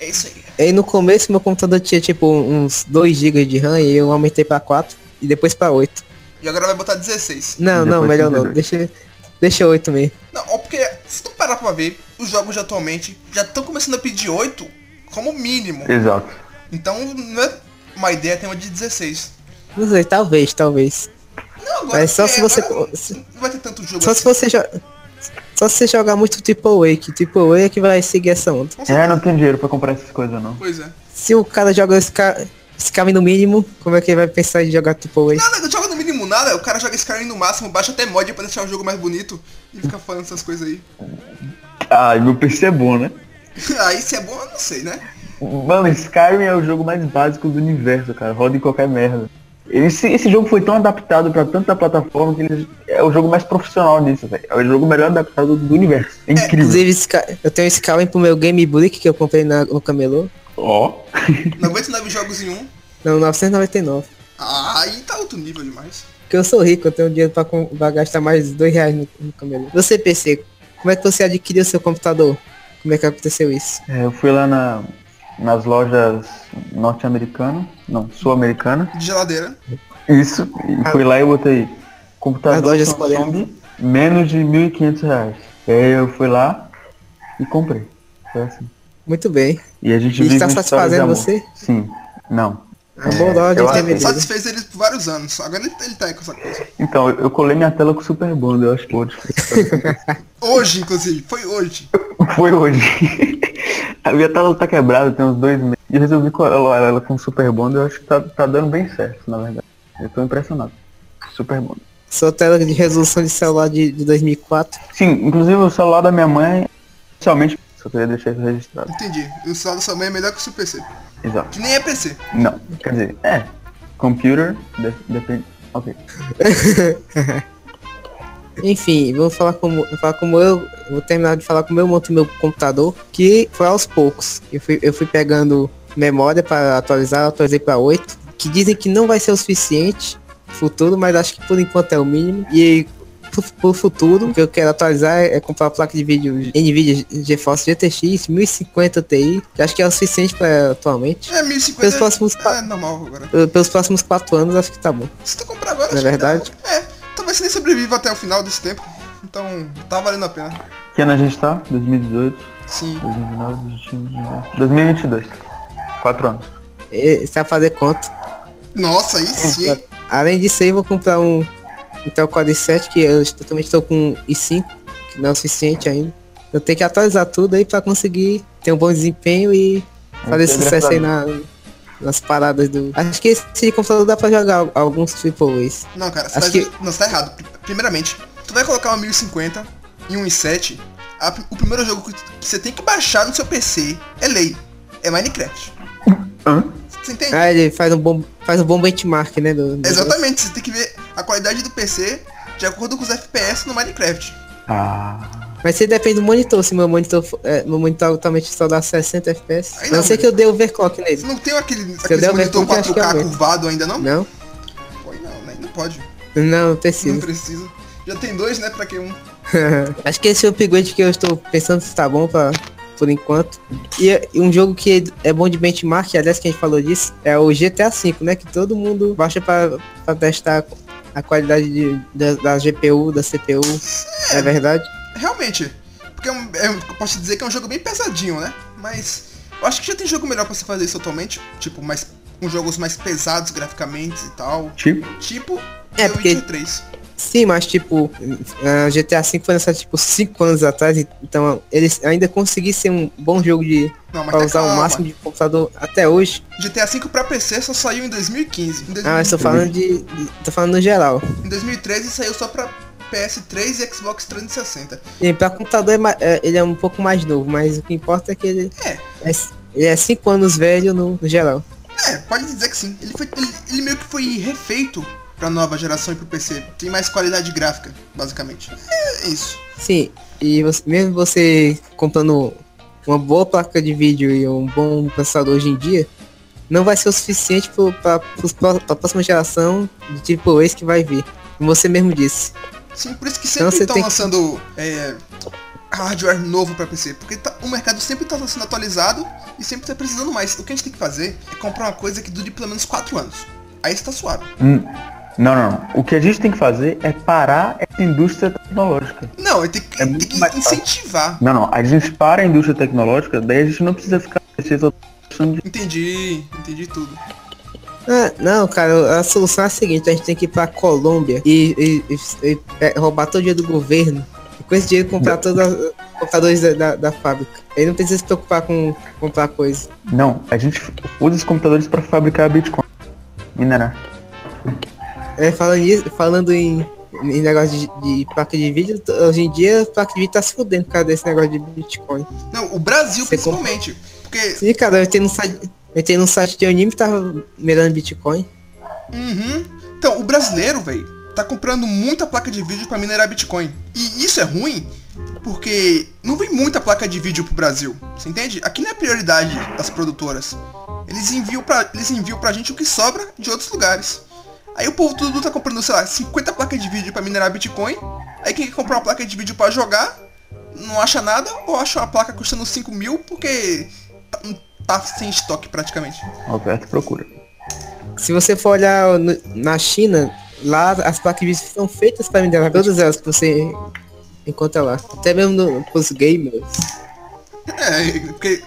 [SPEAKER 5] É isso aí.
[SPEAKER 4] E no começo meu computador tinha tipo uns 2 GB de RAM e eu aumentei pra 4 e depois pra 8.
[SPEAKER 5] E agora vai botar 16.
[SPEAKER 4] Não,
[SPEAKER 6] E
[SPEAKER 4] não,
[SPEAKER 6] depois
[SPEAKER 4] melhor não.
[SPEAKER 6] 32.
[SPEAKER 4] Deixa, deixa 8 mesmo.
[SPEAKER 5] Não, ó, porque se tu parar pra ver, os jogos de atualmente já estão começando a pedir 8 como mínimo.
[SPEAKER 6] Exato.
[SPEAKER 5] Então não é uma ideia ter uma de 16.
[SPEAKER 4] Não sei, talvez, talvez.
[SPEAKER 5] Não, agora
[SPEAKER 4] Mas só
[SPEAKER 5] é,
[SPEAKER 4] se você-
[SPEAKER 5] agora Não vai ter tanto jogo
[SPEAKER 4] Só se
[SPEAKER 5] assim.
[SPEAKER 4] você joga. Só se você jogar muito tipo A, que tipo A é que vai seguir essa onda.
[SPEAKER 6] É, não tenho dinheiro pra comprar essas coisas não.
[SPEAKER 5] Pois é.
[SPEAKER 4] Se o cara joga esse ca- esse Skyrim no mínimo, como é que ele vai pensar em jogar tipo A?
[SPEAKER 5] Nada, joga no mínimo nada, o cara joga Skyrim no máximo, baixa até mod pra deixar o jogo mais bonito e fica falando essas coisas aí. <laughs>
[SPEAKER 6] Ah, e meu PC é bom, né?
[SPEAKER 5] aí se é bom, eu não sei, né?
[SPEAKER 6] Mano, Skyrim é o jogo mais básico do universo, cara. Roda em qualquer merda. Esse, esse jogo foi tão adaptado pra tanta plataforma que ele é o jogo mais profissional nisso, velho. É o jogo melhor adaptado do universo. É incrível.
[SPEAKER 4] Inclusive, Sky- eu tenho Skyrim pro meu Game Brick que eu comprei na- no Camelô.
[SPEAKER 6] Ó.
[SPEAKER 5] 99 jogos em um.
[SPEAKER 4] Não, 999.
[SPEAKER 5] Ah, aí tá outro nível demais.
[SPEAKER 4] Porque eu sou rico, eu tenho dinheiro pra, com- pra gastar mais dois reais no, no Camelô. Você, PC, como é que você adquiriu seu computador? Como é que aconteceu isso?
[SPEAKER 6] É, eu fui lá na, nas lojas norte-americanas, não, sul-americanas.
[SPEAKER 5] De geladeira.
[SPEAKER 6] Isso, e fui lá e botei computador
[SPEAKER 4] As lojas
[SPEAKER 6] Samsung, menos de 1.500 reais. E aí eu fui lá e comprei. Foi assim.
[SPEAKER 4] Muito bem.
[SPEAKER 6] E a gente
[SPEAKER 4] E
[SPEAKER 6] vive
[SPEAKER 4] está
[SPEAKER 6] uma história de
[SPEAKER 4] satisfazendo
[SPEAKER 6] amor.
[SPEAKER 4] você?
[SPEAKER 6] Sim. Não.
[SPEAKER 4] A bondade
[SPEAKER 6] É, eu
[SPEAKER 4] de ter
[SPEAKER 6] acho-
[SPEAKER 4] vendido.
[SPEAKER 5] Satisfez ele por vários anos. Agora ele, ele tá aí com essa coisa.
[SPEAKER 6] Então, eu eu colei minha tela com o Super Bond, eu acho que hoje.
[SPEAKER 5] Hoje, inclusive, foi hoje.
[SPEAKER 6] <laughs> Foi hoje. <laughs> a minha tela tá quebrada, tem uns dois meses. E eu resolvi colar ela com o Super Bond, eu acho que tá, tá dando bem certo, na verdade. Eu tô impressionado. Super Bond.
[SPEAKER 4] Sua tela de resolução de celular de, de 2004.
[SPEAKER 6] Sim, inclusive o celular da minha mãe, somente só queria deixar isso registrado.
[SPEAKER 5] Entendi. O celular da sua mãe é melhor que o seu PC.
[SPEAKER 6] Exato.
[SPEAKER 5] Que nem é PC.
[SPEAKER 6] Não, quer dizer, é. Computer, de- depende. Ok.
[SPEAKER 4] Enfim, vamos falar como, falar como eu. Vou terminar de falar como eu monto meu computador, que foi aos poucos. Eu fui, eu fui pegando memória para atualizar, eu atualizei para 8, que dizem que não vai ser o suficiente no futuro, mas acho que por enquanto é o mínimo. E pro, pro futuro, o que eu quero atualizar é, é comprar a placa de vídeo NVIDIA GeForce GTX 1050 Ti, que acho que é o suficiente para atualmente.
[SPEAKER 5] É
[SPEAKER 4] Pelos
[SPEAKER 5] 1050.
[SPEAKER 4] próximos, qua-
[SPEAKER 5] É normal agora.
[SPEAKER 4] eh, pelos próximos 4 anos, acho que tá bom.
[SPEAKER 5] Se tu comprar agora,
[SPEAKER 4] Não é
[SPEAKER 5] acho que dá.
[SPEAKER 4] verdade?
[SPEAKER 5] É, talvez você nem sobreviva até o final desse tempo. Então, tá valendo a pena.
[SPEAKER 6] Que ano a gente tá? 2018,
[SPEAKER 5] Sim.
[SPEAKER 6] 2019, 2020, 2022. Quatro anos.
[SPEAKER 4] Eh, Sabe fazer conta.
[SPEAKER 5] Nossa,
[SPEAKER 4] É,
[SPEAKER 5] aí sim. hein?
[SPEAKER 4] Além disso aí, vou comprar um Intel Core i7, que eu est- também estou com um i5, que não é o suficiente ainda. Eu tenho que atualizar tudo aí para conseguir ter um bom desempenho e fazer
[SPEAKER 6] Integrar
[SPEAKER 4] sucesso aí
[SPEAKER 6] pra
[SPEAKER 4] na- nas paradas do... Acho que esse computador dá pra jogar al- alguns AAAs.
[SPEAKER 5] Não, cara, você
[SPEAKER 4] Acho
[SPEAKER 5] tá... Não, você tá errado. Pri- Primeiramente, tu vai colocar uma 1050 e um i7. a pri- O primeiro jogo que que você tem que baixar no seu PC é lei. É Minecraft.
[SPEAKER 6] Hã?
[SPEAKER 5] Você entende?
[SPEAKER 4] Ah, ele faz um bom, faz um bom benchmark, né? do- do-
[SPEAKER 5] Exatamente, você tem que ver a qualidade do PC de acordo com os FPS no Minecraft.
[SPEAKER 6] Ah.
[SPEAKER 4] Mas isso aí depende do monitor, se meu monitor, for- é, meu monitor atualmente só dá 60 FPS.
[SPEAKER 5] Aí
[SPEAKER 4] A não
[SPEAKER 5] não, né?
[SPEAKER 4] ser
[SPEAKER 5] mas-
[SPEAKER 4] que eu dê overclock
[SPEAKER 5] Você
[SPEAKER 4] nele.
[SPEAKER 5] não tem aquele,
[SPEAKER 4] eu der
[SPEAKER 5] aquele
[SPEAKER 4] o
[SPEAKER 5] monitor
[SPEAKER 4] Vertuca, acho que
[SPEAKER 5] 4K
[SPEAKER 4] aumenta.
[SPEAKER 5] curvado ainda, não?
[SPEAKER 4] Não?
[SPEAKER 5] Pô, não, né? não pode.
[SPEAKER 4] Não, não
[SPEAKER 5] Não
[SPEAKER 4] preciso.
[SPEAKER 5] precisa. Já tem dois, né, pra que um.
[SPEAKER 4] <laughs> Acho que esse é o upgrade que eu estou pensando se tá bom pra, por enquanto. E, é- e um jogo que é bom de benchmark, aliás que a gente falou disso, é o GTA V, né? Que todo mundo baixa pra, pra testar a qualidade de- da, da GPU, da CPU. É verdade?
[SPEAKER 5] Realmente. Porque é um- é um- eu posso dizer que é um jogo bem pesadinho, né? Mas eu acho que já tem jogo melhor pra se fazer isso atualmente. Tipo, mais, com jogos mais pesados graficamente e tal.
[SPEAKER 6] Tipo,
[SPEAKER 5] Tipo
[SPEAKER 4] É,
[SPEAKER 5] The
[SPEAKER 4] porque-
[SPEAKER 5] Witcher 3.
[SPEAKER 4] Sim, mas tipo, a GTA V foi lançado tipo 5 anos atrás, então eles ainda conseguiram ser um bom jogo de
[SPEAKER 5] Não, mas
[SPEAKER 4] pra
[SPEAKER 5] tá
[SPEAKER 4] usar o
[SPEAKER 5] calma.
[SPEAKER 4] máximo de computador até hoje.
[SPEAKER 5] GTA V pra PC só saiu em 2015. Em, dois-
[SPEAKER 4] Ah, mas tô falando de. de- tô falando no geral.
[SPEAKER 5] em 2013 saiu só pra PS3 e Xbox 360.
[SPEAKER 4] E pra computador é ma- é- ele é um pouco mais novo, mas o que importa é que ele
[SPEAKER 5] É.
[SPEAKER 4] é, c- ele é 5 anos velho no, no geral.
[SPEAKER 5] É, pode dizer que sim. Ele, foi, ele, ele meio que foi refeito pra nova geração e pro PC. Tem mais qualidade gráfica, basicamente. É isso.
[SPEAKER 4] Sim, e você- mesmo você comprando uma boa placa de vídeo e um bom processador hoje em dia, não vai ser o suficiente pro- pra pros pró- pra próxima geração de tipo esse que vai vir. Como você mesmo disse.
[SPEAKER 5] Sim, por isso que
[SPEAKER 4] Então
[SPEAKER 5] sempre
[SPEAKER 4] você
[SPEAKER 5] estão
[SPEAKER 4] tem que-
[SPEAKER 5] lançando é, hardware novo pra PC, porque tá- o mercado sempre tá sendo atualizado e sempre tá precisando mais. O que a gente tem que fazer é comprar uma coisa que dure pelo menos 4 anos. Aí está suave.
[SPEAKER 6] hum, não, não, não. O que a gente tem que fazer é parar essa indústria tecnológica.
[SPEAKER 5] Não, tem que,
[SPEAKER 6] É
[SPEAKER 5] tem
[SPEAKER 6] muito
[SPEAKER 5] que
[SPEAKER 6] mais fácil.
[SPEAKER 5] incentivar.
[SPEAKER 6] Não, não. A gente para a indústria tecnológica, daí a gente não precisa ficar pensando de
[SPEAKER 5] Entendi, entendi tudo.
[SPEAKER 4] Ah, não, cara, a solução é a seguinte, a gente tem que ir pra Colômbia e, e- e- e, é, roubar todo o dinheiro do governo e com esse dinheiro comprar todos os computadores da, da, da fábrica. Aí não precisa se preocupar com comprar coisa.
[SPEAKER 6] Não, a gente usa os computadores para fabricar Bitcoin. Minerar.
[SPEAKER 4] É, falando, nisso- falando em, em negócio de, de placa de vídeo, t- hoje em dia a placa de vídeo tá se fudendo por causa desse negócio de Bitcoin.
[SPEAKER 5] Não, o Brasil
[SPEAKER 4] Você compra-
[SPEAKER 5] principalmente. Porque.
[SPEAKER 4] Sim, cara, eu entrei num site, eu entrei num site de anime que tava mirando Bitcoin.
[SPEAKER 5] Uhum. Então, o brasileiro, velho, tá comprando muita placa de vídeo pra minerar Bitcoin. E isso é ruim porque não vem muita placa de vídeo pro Brasil. Você entende? Aqui não é prioridade das produtoras. Eles enviam pra, eles enviam pra gente o que sobra de outros lugares. Aí o povo tudo tá comprando, sei lá, 50 placas de vídeo pra minerar Bitcoin. Aí quem quer comprar uma placa de vídeo pra jogar, não acha nada, ou acha uma placa custando 5 mil porque tá, tá sem estoque praticamente.
[SPEAKER 6] Oferta e procura.
[SPEAKER 4] Se você for olhar no- na China, lá as placas de vídeo são feitas para minerar todas elas que você encontra lá. Até mesmo no, pros gamers.
[SPEAKER 5] É, porque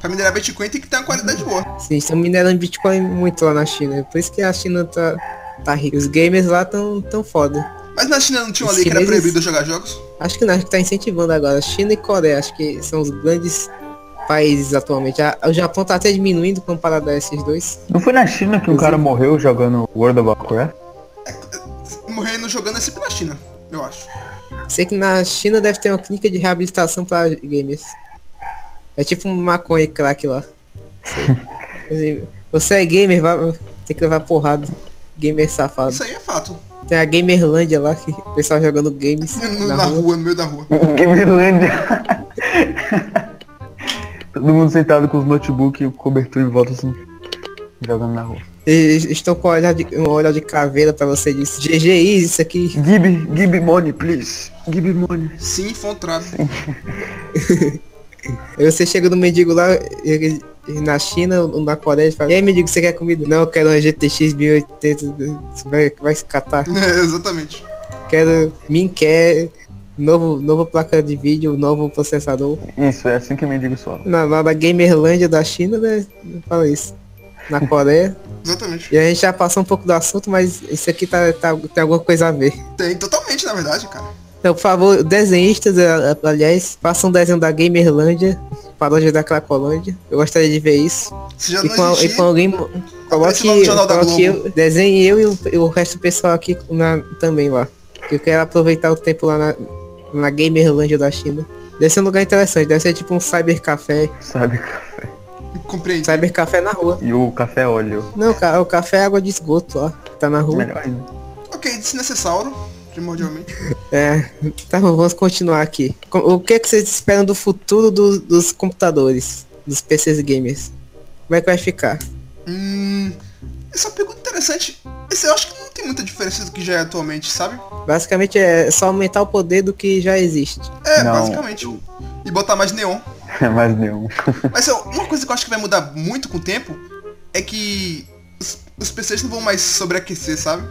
[SPEAKER 5] pra minerar Bitcoin tem que ter uma qualidade boa.
[SPEAKER 4] Sim, estão minerando Bitcoin muito lá na China. Por isso que a China tá, tá rica. Os gamers lá tão, tão foda.
[SPEAKER 5] Mas na China não tinha uma
[SPEAKER 4] Os
[SPEAKER 5] lei que era
[SPEAKER 4] chineses-
[SPEAKER 5] proibido jogar jogos?
[SPEAKER 4] Acho que não, acho que tá incentivando agora. China e Coreia, acho que são os grandes países atualmente. A- o Japão tá até diminuindo comparado a esses dois.
[SPEAKER 6] Não foi na China que um cara morreu jogando World of Warcraft?
[SPEAKER 5] Morrendo jogando é sempre na China, eu acho.
[SPEAKER 4] É. Sei que na China deve ter uma clínica de reabilitação para gamers. É tipo um maconha e crack lá. Sei. <laughs> Você é gamer, vai, tem que levar porrada. Gamer safado.
[SPEAKER 5] Isso aí é fato.
[SPEAKER 4] Tem a Gamerlândia lá, que o pessoal jogando
[SPEAKER 5] <laughs>
[SPEAKER 4] games
[SPEAKER 5] No-
[SPEAKER 4] na
[SPEAKER 5] na
[SPEAKER 4] rua.
[SPEAKER 5] rua, no meio da rua.
[SPEAKER 6] Gamelândia. Todo mundo sentado com os notebook e o cobertor em volta assim. Jogando na rua.
[SPEAKER 4] Eles estão com um olhar de, um olhar de caveira pra você disso. GG isso aqui.
[SPEAKER 6] Give, give money, please. Give money.
[SPEAKER 5] Sim, Fontrado.
[SPEAKER 4] É. Aí você chega no mendigo lá, ele- na China ou na Coreia, e fala, e aí mendigo, você quer comida? Não, eu quero uma GTX 1080, você vai, vai se catar.
[SPEAKER 5] <laughs> É, exatamente.
[SPEAKER 4] quero mim quer novo nova placa de vídeo novo processador
[SPEAKER 6] Isso, é assim que me digo só.
[SPEAKER 4] na, lá na Gamerlândia da China né fala isso na Coreia <laughs>
[SPEAKER 5] Exatamente.
[SPEAKER 4] e a gente já passou um pouco do assunto mas isso aqui tá, tá- tem alguma coisa a ver
[SPEAKER 5] Tem totalmente, na verdade, cara.
[SPEAKER 4] então por favor desenhistas a- a- aliás façam um desenho da Gamerlândia paródia da Cracolândia eu gostaria de ver isso
[SPEAKER 5] Se já
[SPEAKER 4] e
[SPEAKER 5] não
[SPEAKER 4] com, a- e
[SPEAKER 5] existir,
[SPEAKER 4] com alguém mo- coloque,
[SPEAKER 5] Aparece lá no Jornal da
[SPEAKER 4] coloque
[SPEAKER 5] Globo.
[SPEAKER 4] eu, desenhe eu e o, e o resto do pessoal aqui na- também lá. Eu quero aproveitar o tempo lá na, na Gamerlândia da China. Deve ser um lugar interessante, deve ser tipo um cybercafé.
[SPEAKER 6] Sabe?
[SPEAKER 5] compreende.
[SPEAKER 4] Cybercafé na rua.
[SPEAKER 6] E o café é óleo.
[SPEAKER 4] Não, cara, o café é água de esgoto lá. que Tá na rua.
[SPEAKER 6] Melhor ainda. <laughs>
[SPEAKER 5] Ok, desnecessário, primordialmente.
[SPEAKER 4] É. Tá bom, vamos continuar aqui. Co- O que, é que vocês esperam do futuro do- dos computadores? Dos PCs gamers? Como é que vai ficar?
[SPEAKER 5] Hum. Essa é pergunta interessante. Mas eu acho que não tem muita diferença do que já é atualmente, sabe?
[SPEAKER 4] Basicamente é só aumentar o poder do que já existe.
[SPEAKER 5] É,
[SPEAKER 6] Não.
[SPEAKER 5] basicamente. E botar mais neon.
[SPEAKER 6] É mais nenhum.
[SPEAKER 5] Mas ó, uma coisa que eu acho que vai mudar muito com o tempo é que os, os PCs não vão mais sobreaquecer, sabe?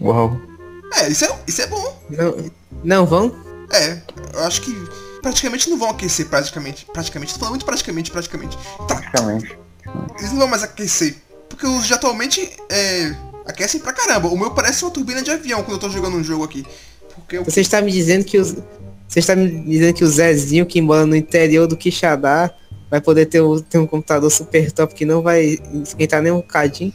[SPEAKER 6] Uau.
[SPEAKER 5] É, isso é, isso é bom.
[SPEAKER 4] Não, não vão?
[SPEAKER 5] É, eu acho que praticamente não vão aquecer, praticamente. Praticamente, tô falando muito praticamente, praticamente. Tá,
[SPEAKER 6] Realmente.
[SPEAKER 5] eles não vão mais aquecer. Porque os de atualmente é, aquecem pra caramba. O meu parece uma turbina de avião quando eu tô jogando um jogo aqui. Porque eu...
[SPEAKER 4] Você está me dizendo que os. Você está me dizendo que o Zezinho que mora no interior do Quixadá vai poder ter um, ter um computador super top que não vai esquentar nem um cadinho.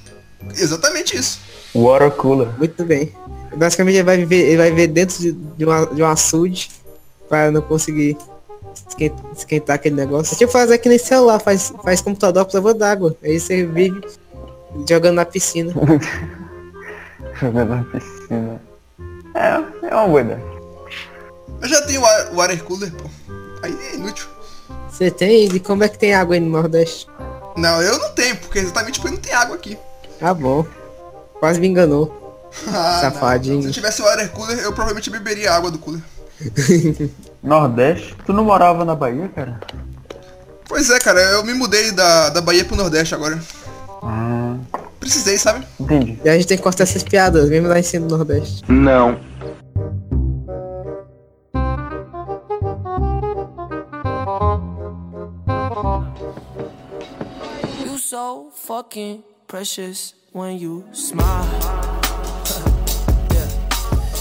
[SPEAKER 5] Exatamente isso.
[SPEAKER 6] Water cooler.
[SPEAKER 4] Muito bem. Basicamente ele vai viver, ele vai viver dentro de, de, uma, de um açude para não conseguir esquen- esquentar aquele negócio. Deixa eu fazer aqui nesse celular, faz, faz computador à prova d'água. Aí você vive jogando na piscina.
[SPEAKER 6] Jogando na piscina. É, é uma boa ideia.
[SPEAKER 5] Eu já tenho o ar- o water cooler, pô. Aí é inútil.
[SPEAKER 4] Você tem? E como é que tem água aí no Nordeste?
[SPEAKER 5] Não, eu não tenho, porque exatamente porque não tem água aqui.
[SPEAKER 4] Ah bom. Quase me enganou.
[SPEAKER 5] Ah, não.
[SPEAKER 4] Safadinho.
[SPEAKER 5] Se eu tivesse o water cooler, eu provavelmente beberia a água do cooler.
[SPEAKER 6] Nordeste? Tu não morava na Bahia, cara?
[SPEAKER 5] Pois é, cara, eu me mudei da, da Bahia pro Nordeste agora.
[SPEAKER 6] Ah,
[SPEAKER 5] Precisei, sabe?
[SPEAKER 6] entendi.
[SPEAKER 4] E a gente tem que cortar essas piadas, mesmo lá em cima do Nordeste.
[SPEAKER 7] Não.
[SPEAKER 8] You so fucking precious when you smile.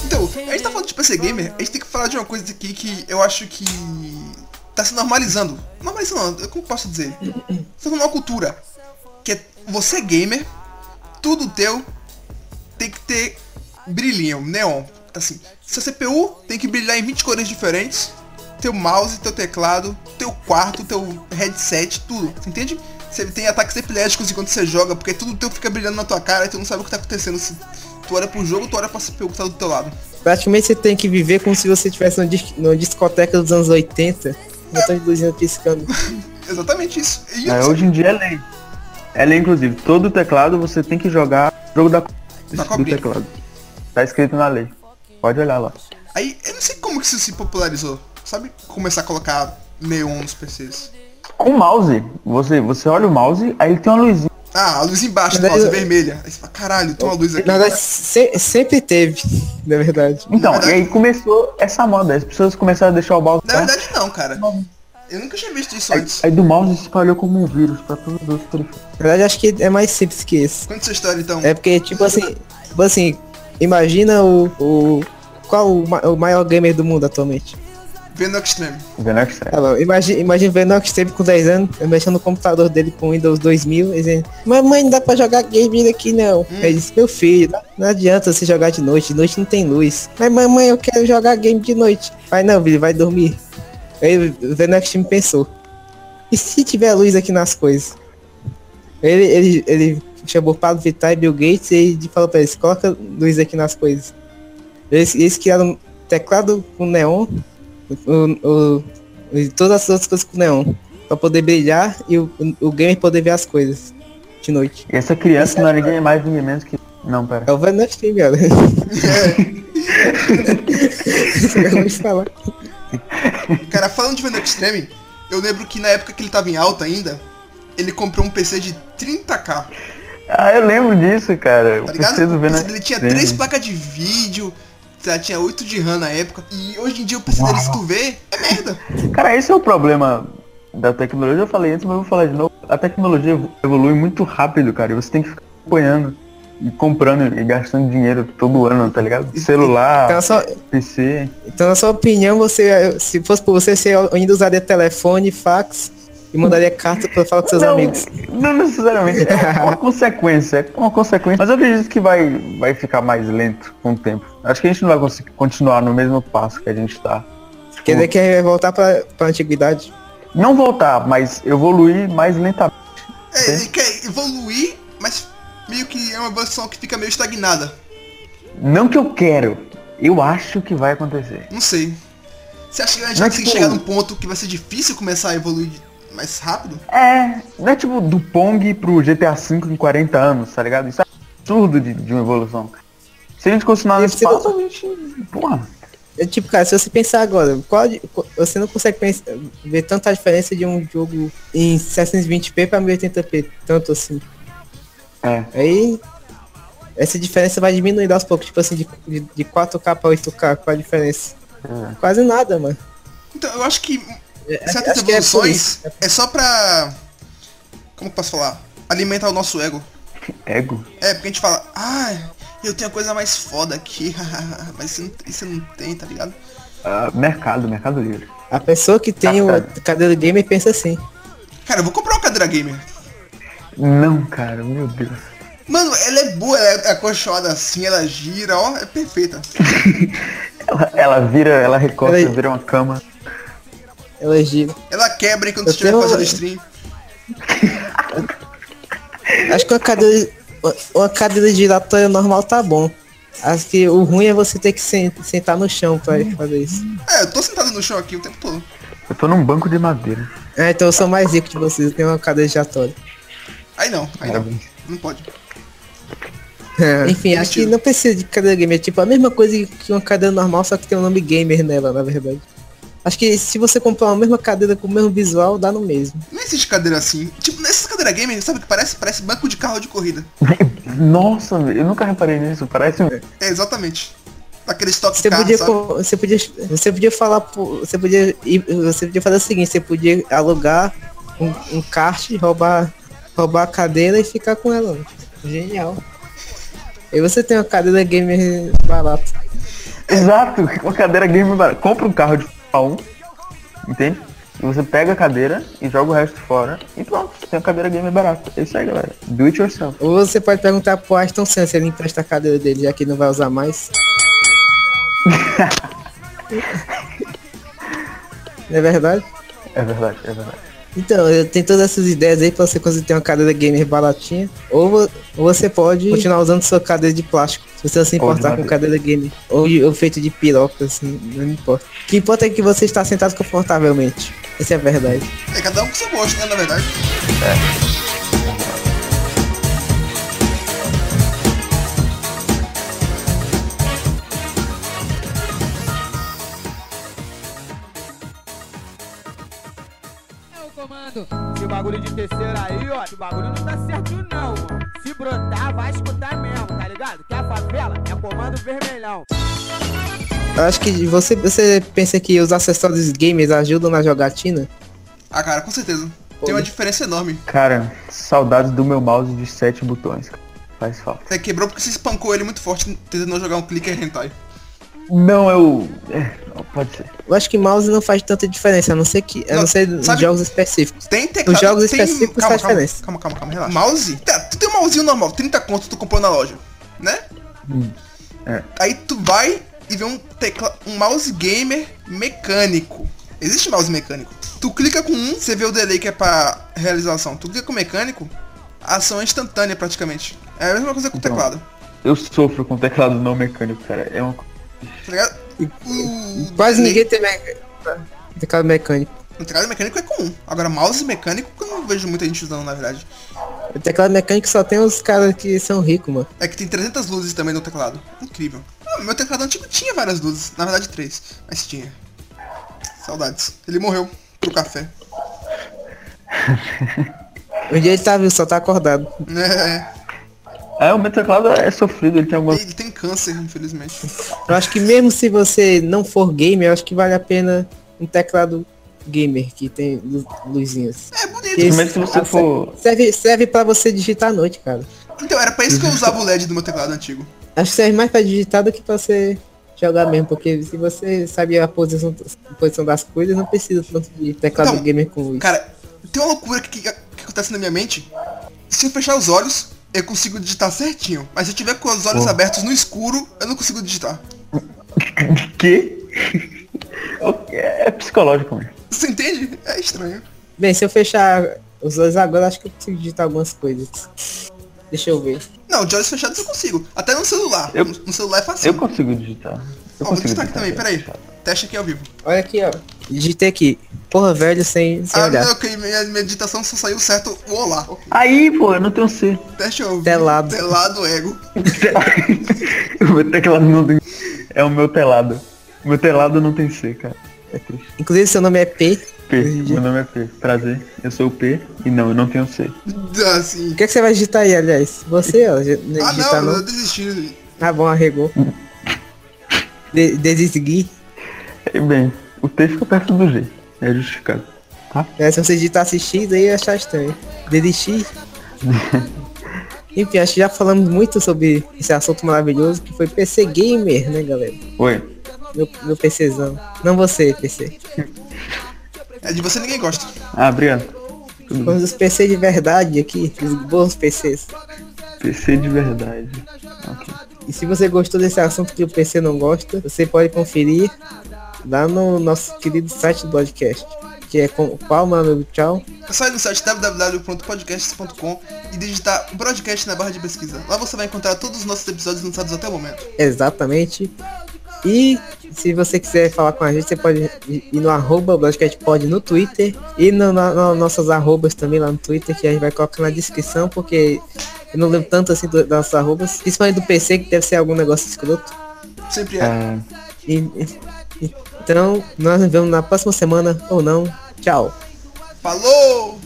[SPEAKER 5] Então, a gente tá falando de PC Gamer, a gente tem que falar de uma coisa aqui que eu acho que tá se normalizando. Normalizando, não, como posso dizer? Tá numa cultura que é você gamer, tudo teu tem que ter brilhinho, neon. Assim, sua CPU tem que brilhar em 20 cores diferentes, teu mouse, teu teclado, teu quarto, teu headset, tudo, você entende? Você tem ataques epiléticos enquanto você joga, porque tudo teu fica brilhando na tua cara e tu não sabe o que tá acontecendo. Se tu olha pro jogo, tu olha pra CPU que tá do teu lado.
[SPEAKER 4] Praticamente você tem que viver como se você estivesse numa dis- numa discoteca dos anos 80. Botando de luzinha piscando.
[SPEAKER 5] Exatamente isso. E
[SPEAKER 6] É,
[SPEAKER 5] eu-
[SPEAKER 6] hoje em dia é lei. É lei, inclusive. Todo teclado você tem que jogar jogo da
[SPEAKER 5] Da
[SPEAKER 6] do
[SPEAKER 5] cobrinha.
[SPEAKER 6] teclado. Tá escrito na lei. Pode olhar lá.
[SPEAKER 5] Aí eu não sei como que isso se popularizou. Sabe começar a colocar neon nos PCs?
[SPEAKER 6] Com o mouse, você, você olha o mouse, aí ele tem uma luzinha.
[SPEAKER 5] Ah, a luz embaixo do
[SPEAKER 4] Mas aí
[SPEAKER 5] mouse é
[SPEAKER 4] eu-
[SPEAKER 5] vermelha. Aí você fala, caralho, tem uma luz aqui.
[SPEAKER 4] Na verdade, se- sempre teve, <laughs> na verdade.
[SPEAKER 6] Então, e aí começou essa moda. As pessoas começaram a deixar o mouse
[SPEAKER 5] Na
[SPEAKER 4] tá?
[SPEAKER 6] perto.
[SPEAKER 5] verdade não, cara. Eu nunca tinha visto
[SPEAKER 4] É,
[SPEAKER 5] isso
[SPEAKER 6] Aí,
[SPEAKER 5] antes.
[SPEAKER 6] aí do mouse se espalhou como um vírus pra todos os outros telefones.
[SPEAKER 4] Na verdade, acho que é mais simples que isso.
[SPEAKER 5] Conta essa história então.
[SPEAKER 4] É porque, tipo assim, tipo assim, imagina o. o qual o, ma- o maior gamer do mundo atualmente?
[SPEAKER 5] Vendo Extreme. <laughs>
[SPEAKER 6] Vendo É que
[SPEAKER 4] Tá bom, imagina, imagina o Venox teve com 10 anos, mexendo no computador dele com Windows 2000, e dizendo, mamãe, não dá pra jogar game aqui não. Aí ele disse, meu filho, não adianta você jogar de noite, de noite não tem luz. Mas mamãe, eu quero jogar game de noite. Mas não, filho, vai dormir. Aí o Venox me pensou, e se tiver luz aqui nas coisas? Ele, ele, ele chamou Pablo Vittar e Bill Gates e falou pra eles, coloca luz aqui nas coisas. Eles, eles criaram um teclado com neon, o- o, e todas as outras coisas com neon. Pra poder brilhar e o, o gamer poder ver as coisas de noite.
[SPEAKER 6] E essa criança não era ninguém mais, ninguém menos que... Não, pera.
[SPEAKER 4] É o Vanilla Stream, <laughs> cara. Acabou de falar.
[SPEAKER 5] Cara, falando de Vendo Extreme, eu lembro que na época que ele tava em alta ainda, ele comprou um PC de 30k.
[SPEAKER 6] Ah, eu lembro disso, cara.
[SPEAKER 5] Tá
[SPEAKER 6] Eu
[SPEAKER 5] ligado?
[SPEAKER 6] preciso ver na...
[SPEAKER 5] Ele tinha
[SPEAKER 6] Sim.
[SPEAKER 5] três placas de vídeo, tá, tinha 8 de RAM na época. E hoje em dia o PC dele, se tu vê, é merda.
[SPEAKER 6] Cara, esse é o problema da tecnologia. Eu falei antes, mas eu vou falar de novo. A tecnologia evo- evolui muito rápido, cara. E você tem que ficar acompanhando e comprando e gastando dinheiro todo ano, tá ligado? Celular,
[SPEAKER 4] Então, na sua,
[SPEAKER 6] PC.
[SPEAKER 4] então, na sua opinião, você, se fosse por você, você ainda usaria telefone, fax e mandaria carta pra falar com seus
[SPEAKER 6] não,
[SPEAKER 4] amigos.
[SPEAKER 6] não necessariamente.
[SPEAKER 4] <laughs>
[SPEAKER 6] É uma consequência, é uma consequência. Mas eu acredito que vai, vai ficar mais lento com o tempo. Acho que a gente não vai conseguir continuar no mesmo passo que a gente tá.
[SPEAKER 4] Quer dizer que é voltar pra, pra antiguidade.
[SPEAKER 6] Não voltar, mas evoluir mais lentamente.
[SPEAKER 5] É, ele quer evoluir, mas meio que é uma evolução que fica meio estagnada.
[SPEAKER 6] Não que eu quero. Eu acho que vai acontecer.
[SPEAKER 5] Não sei. Você acha que a gente
[SPEAKER 6] Não,
[SPEAKER 4] é
[SPEAKER 5] vai conseguir
[SPEAKER 6] tipo-
[SPEAKER 5] chegar num ponto que vai ser difícil começar a evoluir mais rápido?
[SPEAKER 6] É, não é tipo do Pong pro GTA V em 40 anos, tá ligado? Isso é absurdo de, de uma evolução. Se a gente continuar nesse passo, a gente. Porra.
[SPEAKER 4] É tipo, cara, se você pensar agora, qual, de- qual- você não consegue pensar, ver tanta diferença de um jogo em 720p pra 1080p, tanto assim.
[SPEAKER 6] É.
[SPEAKER 4] Aí essa diferença vai diminuindo aos poucos, tipo assim, de, de, de 4K pra 8K, qual a diferença? Quase nada, mano.
[SPEAKER 5] Então, eu acho que certas
[SPEAKER 4] acho que é por
[SPEAKER 5] evoluções
[SPEAKER 4] isso.
[SPEAKER 5] é, só pra. Como que eu posso falar? Alimentar o nosso ego.
[SPEAKER 6] Ego.
[SPEAKER 5] É, porque a gente fala, ah, eu tenho a coisa mais foda aqui, <laughs> mas você não, tem- você não tem, tá ligado?
[SPEAKER 6] Ah, mercado, mercado livre.
[SPEAKER 4] A pessoa que tem o
[SPEAKER 6] Cacada.
[SPEAKER 4] cadeira gamer pensa assim.
[SPEAKER 5] Cara, eu vou comprar uma cadeira gamer.
[SPEAKER 6] Não, cara, meu Deus.
[SPEAKER 5] Mano, ela é boa, ela é acolchoada assim, ela gira, ó, é perfeita.
[SPEAKER 6] Ela, ela vira, ela recosta,
[SPEAKER 4] Peraí.
[SPEAKER 6] vira uma cama.
[SPEAKER 4] Ela gira.
[SPEAKER 5] Ela quebra enquanto
[SPEAKER 4] Eu
[SPEAKER 5] você estiver
[SPEAKER 4] tenho- um-
[SPEAKER 5] fazendo stream.
[SPEAKER 4] Acho que uma cadeira, uma- uma cadeira giratória normal tá bom. Acho que o ruim é você ter que sen- sentar no chão pra fazer isso.
[SPEAKER 5] É, eu tô sentado no chão aqui o tempo todo.
[SPEAKER 6] Eu tô num banco de madeira.
[SPEAKER 4] Ah, então eu sou mais rico de vocês, eu tenho uma cadeira giratória.
[SPEAKER 5] Aí não, aí não. Não pode.
[SPEAKER 4] <laughs> Enfim, acho que não precisa de cadeira gamer. Tipo, a mesma coisa que uma cadeira normal, só que tem o nome gamer nela, na verdade. Acho que se você comprar a mesma cadeira com o mesmo visual, dá no mesmo.
[SPEAKER 5] Não existe cadeira assim. Tipo, nessa cadeira gamer, sabe o que parece? Parece banco de carro de corrida.
[SPEAKER 6] Nossa, velho, eu nunca reparei nisso. Parece um-
[SPEAKER 5] É, exatamente. Aquele estoque
[SPEAKER 4] Você
[SPEAKER 5] de carro,
[SPEAKER 4] podia,
[SPEAKER 5] sabe?
[SPEAKER 4] co- você podia, você podia falar, pro- você podia, ir- você podia fazer o seguinte, você podia alugar um, um kart, roubar, roubar a cadeira e ficar com ela. Genial. E você tem uma cadeira gamer barata.
[SPEAKER 6] Exato, uma cadeira game barata. Compra um carro de Fórmula 1, entende? E você pega a cadeira e joga o resto fora. E pronto, você tem uma cadeira game barata. É isso aí, galera. Do it yourself.
[SPEAKER 4] Ou você pode perguntar pro Aston Senna se ele empresta a cadeira dele, já que ele não vai usar mais. não é verdade?
[SPEAKER 6] É verdade, é verdade.
[SPEAKER 4] Então, eu tenho todas essas ideias aí pra você conseguir ter uma cadeira gamer baratinha. Ou, vo- ou você pode continuar usando sua cadeira de plástico, se você não se
[SPEAKER 6] Ou de
[SPEAKER 4] importar com
[SPEAKER 6] madeira.
[SPEAKER 4] cadeira gamer. Ou, de- ou feito de piroca, assim, não importa. O que importa é que você está sentado confortavelmente. Essa é a verdade.
[SPEAKER 5] É cada um com seu gosto, né, na verdade.
[SPEAKER 7] Esse bagulho de terceiro aí, ó, esse bagulho não tá certo não, mano. Se brotar, vai escutar mesmo, tá ligado? Que a favela é comando vermelhão.
[SPEAKER 4] Eu acho que você, você pensa que os acessórios gamers ajudam na jogatina?
[SPEAKER 5] Ah, cara, com certeza. Tem uma diferença enorme.
[SPEAKER 6] Cara, saudades do meu mouse de sete botões, cara. Faz falta.
[SPEAKER 5] Você É, quebrou porque você espancou ele muito forte tentando não jogar um clicker hentai.
[SPEAKER 6] Não, eu. É, não, pode ser.
[SPEAKER 4] Eu acho que mouse não faz tanta diferença, a não ser que. A não,
[SPEAKER 5] Não,
[SPEAKER 4] ser em
[SPEAKER 5] sabe-
[SPEAKER 4] jogos específicos.
[SPEAKER 5] Tem teclado,
[SPEAKER 4] Os jogos
[SPEAKER 5] tem...
[SPEAKER 4] específicos faz
[SPEAKER 5] calma,
[SPEAKER 4] diferença.
[SPEAKER 5] calma, calma, calma, relaxa. Mouse? Tá, tu tem um mousezinho normal, 30 conto tu comprou na loja, né?
[SPEAKER 4] Hum,
[SPEAKER 6] é.
[SPEAKER 5] Aí tu vai e vê um tecla... um mouse gamer mecânico. Existe mouse mecânico. Tu clica com um, você vê o delay que é pra realização. Tu clica com o mecânico, a ação é instantânea praticamente. É a mesma coisa com o
[SPEAKER 6] Então.
[SPEAKER 5] teclado.
[SPEAKER 6] Eu sofro com teclado não mecânico, cara. É uma coisa.
[SPEAKER 5] Tá ligado? O-
[SPEAKER 4] Quase
[SPEAKER 5] o-
[SPEAKER 4] ninguém tem meca- teclado mecânico.
[SPEAKER 5] O teclado mecânico é comum. Agora, mouse mecânico que eu não vejo muita gente usando, na verdade.
[SPEAKER 4] O teclado mecânico só tem os caras que são ricos, mano.
[SPEAKER 5] É que tem 300 luzes também no teclado. Incrível. Ah, meu teclado antigo tinha várias luzes. Na verdade, três. Mas tinha. Saudades. Ele morreu pro café. <laughs>
[SPEAKER 4] Um dia ele tá vivo, só tá acordado.
[SPEAKER 5] É,
[SPEAKER 6] É, o meu teclado é sofrido, ele tem algumas.
[SPEAKER 5] ele tem câncer, infelizmente.
[SPEAKER 4] Eu acho que mesmo se você não for gamer, eu acho que vale a pena um teclado gamer que tem lu- luzinhas.
[SPEAKER 5] É bonito.
[SPEAKER 4] Esse-
[SPEAKER 6] Mas se você
[SPEAKER 4] ah,
[SPEAKER 6] for-
[SPEAKER 4] Serve, serve pra você digitar à noite, cara.
[SPEAKER 5] Então, era pra isso que eu usava o LED do meu teclado antigo.
[SPEAKER 4] Acho que serve mais pra digitar do que pra você jogar mesmo, porque se você sabe a posição, a posição das coisas, não precisa tanto de teclado
[SPEAKER 5] Então,
[SPEAKER 4] gamer com luz.
[SPEAKER 5] Cara, tem uma loucura que, que, que acontece na minha mente. Se eu fechar os olhos, eu consigo digitar certinho. Mas se eu tiver com os olhos abertos no escuro, eu não consigo digitar. <laughs>
[SPEAKER 6] Que? <laughs> é psicológico, mano.
[SPEAKER 5] Você entende? É estranho.
[SPEAKER 4] Bem, se eu fechar os olhos agora, acho que eu consigo digitar algumas coisas. Deixa eu ver.
[SPEAKER 5] Não, de olhos fechados eu consigo. Até no celular.
[SPEAKER 6] Eu-
[SPEAKER 5] no celular é fácil.
[SPEAKER 6] Eu consigo digitar. Eu
[SPEAKER 5] Ó, vou
[SPEAKER 6] consigo
[SPEAKER 5] digitar aqui também, peraí. Teste aqui ao vivo.
[SPEAKER 4] Olha aqui, ó. Digitei aqui. Porra velho sem, sem
[SPEAKER 5] Ah,
[SPEAKER 4] olhar.
[SPEAKER 5] não, que minha meditação só saiu certo o olá. Ok,
[SPEAKER 6] Aí, pô, eu não tenho <laughs> C.
[SPEAKER 5] Teste ao vivo.
[SPEAKER 4] Telado.
[SPEAKER 5] Telado ego. <laughs>
[SPEAKER 6] o meu teclado não tem... É o meu telado. O meu telado não tem C, cara. É triste.
[SPEAKER 4] Inclusive seu nome é P.
[SPEAKER 6] P,
[SPEAKER 4] Entendi.
[SPEAKER 6] meu nome é P. Prazer, eu sou o P. E não, eu não tenho C.
[SPEAKER 5] Assim.
[SPEAKER 4] O que, é que você vai digitar aí, aliás? Você, ó, gi-
[SPEAKER 5] Ah,
[SPEAKER 4] digitar
[SPEAKER 5] não,
[SPEAKER 4] não.
[SPEAKER 5] eu desisti.
[SPEAKER 4] Ah, bom, arregou. De desistir.
[SPEAKER 6] E É, bem, o T fica perto do G. É justificado.
[SPEAKER 4] É, se você digitasse X, aí ia achar estranho.
[SPEAKER 5] <laughs>
[SPEAKER 4] Desistir. Enfim, acho que já falamos muito sobre esse assunto maravilhoso que foi PC Gamer, né, galera?
[SPEAKER 6] Oi.
[SPEAKER 4] Meu, meu PCzão. Não você, PC.
[SPEAKER 5] É de você ninguém gosta.
[SPEAKER 6] Ah, obrigado. Tudo bem.
[SPEAKER 4] Vamos os PC de verdade aqui, os bons PCs.
[SPEAKER 6] PC de verdade. Ok.
[SPEAKER 4] E se você gostou desse assunto que o PC não gosta, você pode conferir lá no nosso querido site do podcast. Que é com qual, meu amigo? Tchau.
[SPEAKER 5] É só ir no site www.podcasts.com e digitar broadcast na barra de pesquisa. Lá você vai encontrar todos os nossos episódios lançados até o momento.
[SPEAKER 4] Exatamente. E se você quiser falar com a gente, você pode ir no arroba broadcastpod no Twitter e nas no, no- nossas arrobas também lá no Twitter, que a gente vai colocar na descrição, porque eu não lembro tanto assim do- das nossas arrobas. Principalmente do PC, que deve ser algum negócio escroto.
[SPEAKER 5] Sempre é.
[SPEAKER 6] Ah,
[SPEAKER 4] E- e- então, nós nos vemos na próxima semana ou não. Tchau.
[SPEAKER 5] Falou!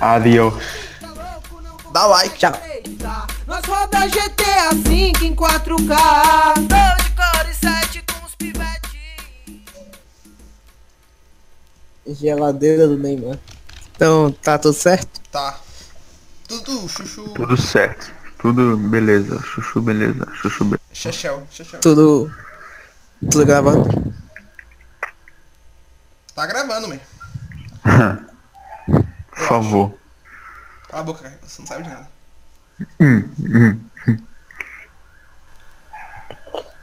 [SPEAKER 6] adiós.
[SPEAKER 5] Dá like.
[SPEAKER 4] Tchau.
[SPEAKER 3] Nós roda GTA 5 em 4K. Tô de cor e 7 com os pivetinhos.
[SPEAKER 4] Geladeira do Neymar. Então, tá tudo certo?
[SPEAKER 5] Tá. Tudo, chuchu.
[SPEAKER 6] Tudo certo. Tudo beleza. Chuchu, beleza. Chuchu, beleza.
[SPEAKER 5] Xexel. Xexel.
[SPEAKER 4] Tudo. Tudo gravando?
[SPEAKER 5] Tá gravando, man.
[SPEAKER 6] Por favor.
[SPEAKER 5] Cala a boca, cara. Você não sabe de nada.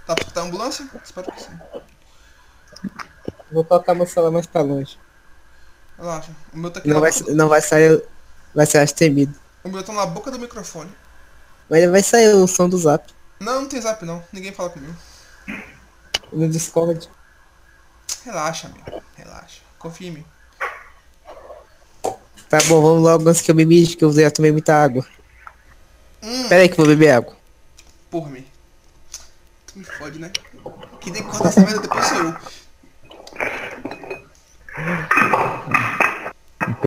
[SPEAKER 5] Tá, tá ambulância? Espero que sim.
[SPEAKER 4] Vou colocar meu celular mais pra longe.
[SPEAKER 5] Relaxa. O meu tá aqui.
[SPEAKER 4] Não
[SPEAKER 5] na
[SPEAKER 4] vai,
[SPEAKER 5] boca-
[SPEAKER 4] não vai sair. Vai ser as temido.
[SPEAKER 5] O meu tá na boca do microfone.
[SPEAKER 4] Mas vai sair o som do zap.
[SPEAKER 5] Não, não tem zap não. Ninguém fala comigo.
[SPEAKER 4] No Discord.
[SPEAKER 5] Relaxa, amigo. Relaxa. Confia em mim.
[SPEAKER 4] Tá bom, vamos logo antes que eu me mije, que eu já tomei muita água.
[SPEAKER 5] Hum,
[SPEAKER 4] Pera aí que eu vou beber água.
[SPEAKER 5] por mim. Tu me fode, né? Quem tem que cortar essa merda depois sou eu.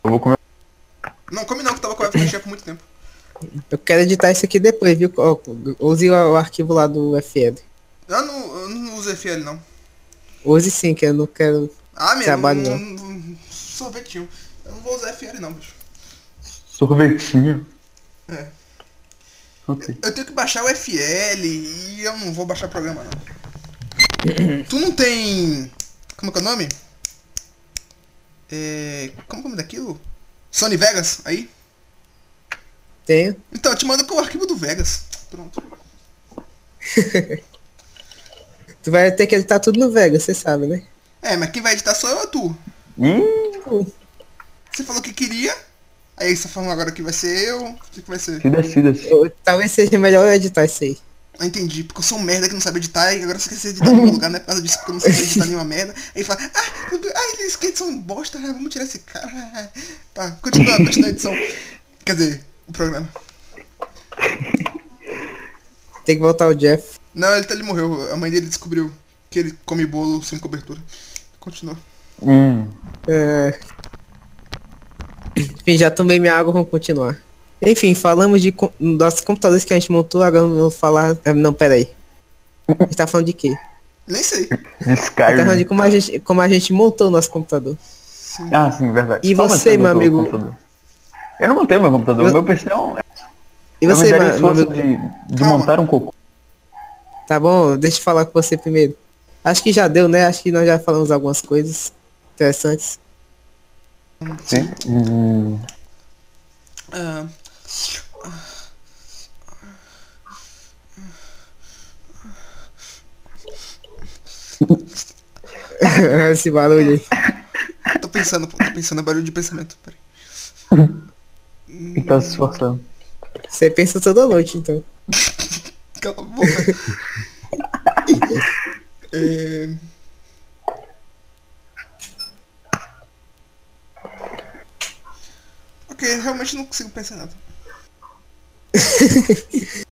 [SPEAKER 6] Eu vou comer.
[SPEAKER 5] Não, come não, que tava com a FG por muito tempo.
[SPEAKER 4] Eu quero editar isso aqui depois, viu? Ó, Use o o arquivo lá do FL.
[SPEAKER 5] Eu não, eu não uso FL não.
[SPEAKER 4] Use sim, que eu não quero.
[SPEAKER 5] Ah, meu,
[SPEAKER 4] Trabalho
[SPEAKER 5] não, não- não- sorvetinho. Eu não vou usar FL não, bicho.
[SPEAKER 6] Sorvetinho.
[SPEAKER 5] É.
[SPEAKER 6] Ok.
[SPEAKER 5] Eu tenho que baixar o FL e eu não vou baixar programa não. tu não tem. Como é que é o nome? É. Como é o nome daquilo? Sony Vegas aí?
[SPEAKER 4] Tenho.
[SPEAKER 5] Então, eu te mando com o arquivo do Vegas. Pronto.
[SPEAKER 4] Tu vai ter que editar tudo no Vega, você sabe, né?
[SPEAKER 5] É, mas quem vai editar sou eu ou tu?
[SPEAKER 6] Ih,
[SPEAKER 5] Você falou que queria, aí você tá falando agora que vai ser eu. O que que vai ser?
[SPEAKER 6] se descida. se-
[SPEAKER 4] Eu- talvez seja melhor eu editar isso aí.
[SPEAKER 5] Ah, entendi, porque eu sou um merda que não sabe editar e agora você esqueceu de editar em algum lugar, né? Por causa disso, porque eu não sei editar nenhuma merda. Aí fala, ah, meu Deus, ah, eles que são bosta, ah, vamos tirar esse cara. Tá, continua, continua a edição. Quer dizer, o programa.
[SPEAKER 4] Tem que voltar o Jeff.
[SPEAKER 5] Não, ele, tá- ele morreu, a mãe dele descobriu que ele come bolo sem cobertura. Continua.
[SPEAKER 6] Hum.
[SPEAKER 4] É. Enfim, já tomei minha água, vamos continuar. Enfim, falamos de co dos computadores que a gente montou, agora eu vou falar. ah, Não, peraí. A gente tá falando de quê?
[SPEAKER 5] Nem sei.
[SPEAKER 4] A gente tá falando de
[SPEAKER 6] Skyrim.
[SPEAKER 4] como a gente, como a gente montou o nosso computador.
[SPEAKER 6] Ah, sim, verdade.
[SPEAKER 4] E
[SPEAKER 6] Qual
[SPEAKER 4] você,
[SPEAKER 6] vai ser o
[SPEAKER 4] meu
[SPEAKER 6] teu
[SPEAKER 4] amigo?
[SPEAKER 6] computador? Eu não tenho meu computador.
[SPEAKER 4] Eu-
[SPEAKER 6] Meu PC é um.
[SPEAKER 4] E
[SPEAKER 6] Eu me
[SPEAKER 4] você,
[SPEAKER 6] daria
[SPEAKER 4] ma-
[SPEAKER 6] um esforço
[SPEAKER 4] ma-
[SPEAKER 6] de, de
[SPEAKER 5] Calma.
[SPEAKER 6] montar um cocô.
[SPEAKER 4] tá bom? Deixa eu falar com você primeiro. Acho que já deu, né? Acho que nós já falamos algumas coisas interessantes. <laughs>
[SPEAKER 6] Sim. Hum.
[SPEAKER 5] Ah,
[SPEAKER 4] Esse barulho aí.
[SPEAKER 5] tô pensando, pô, tô pensando, é barulho de pensamento. Peraí.
[SPEAKER 6] E tá se esforçando.
[SPEAKER 4] Você pensa toda noite, então.
[SPEAKER 5] Cala a boca. <laughs> é... realmente não consigo pensar em nada.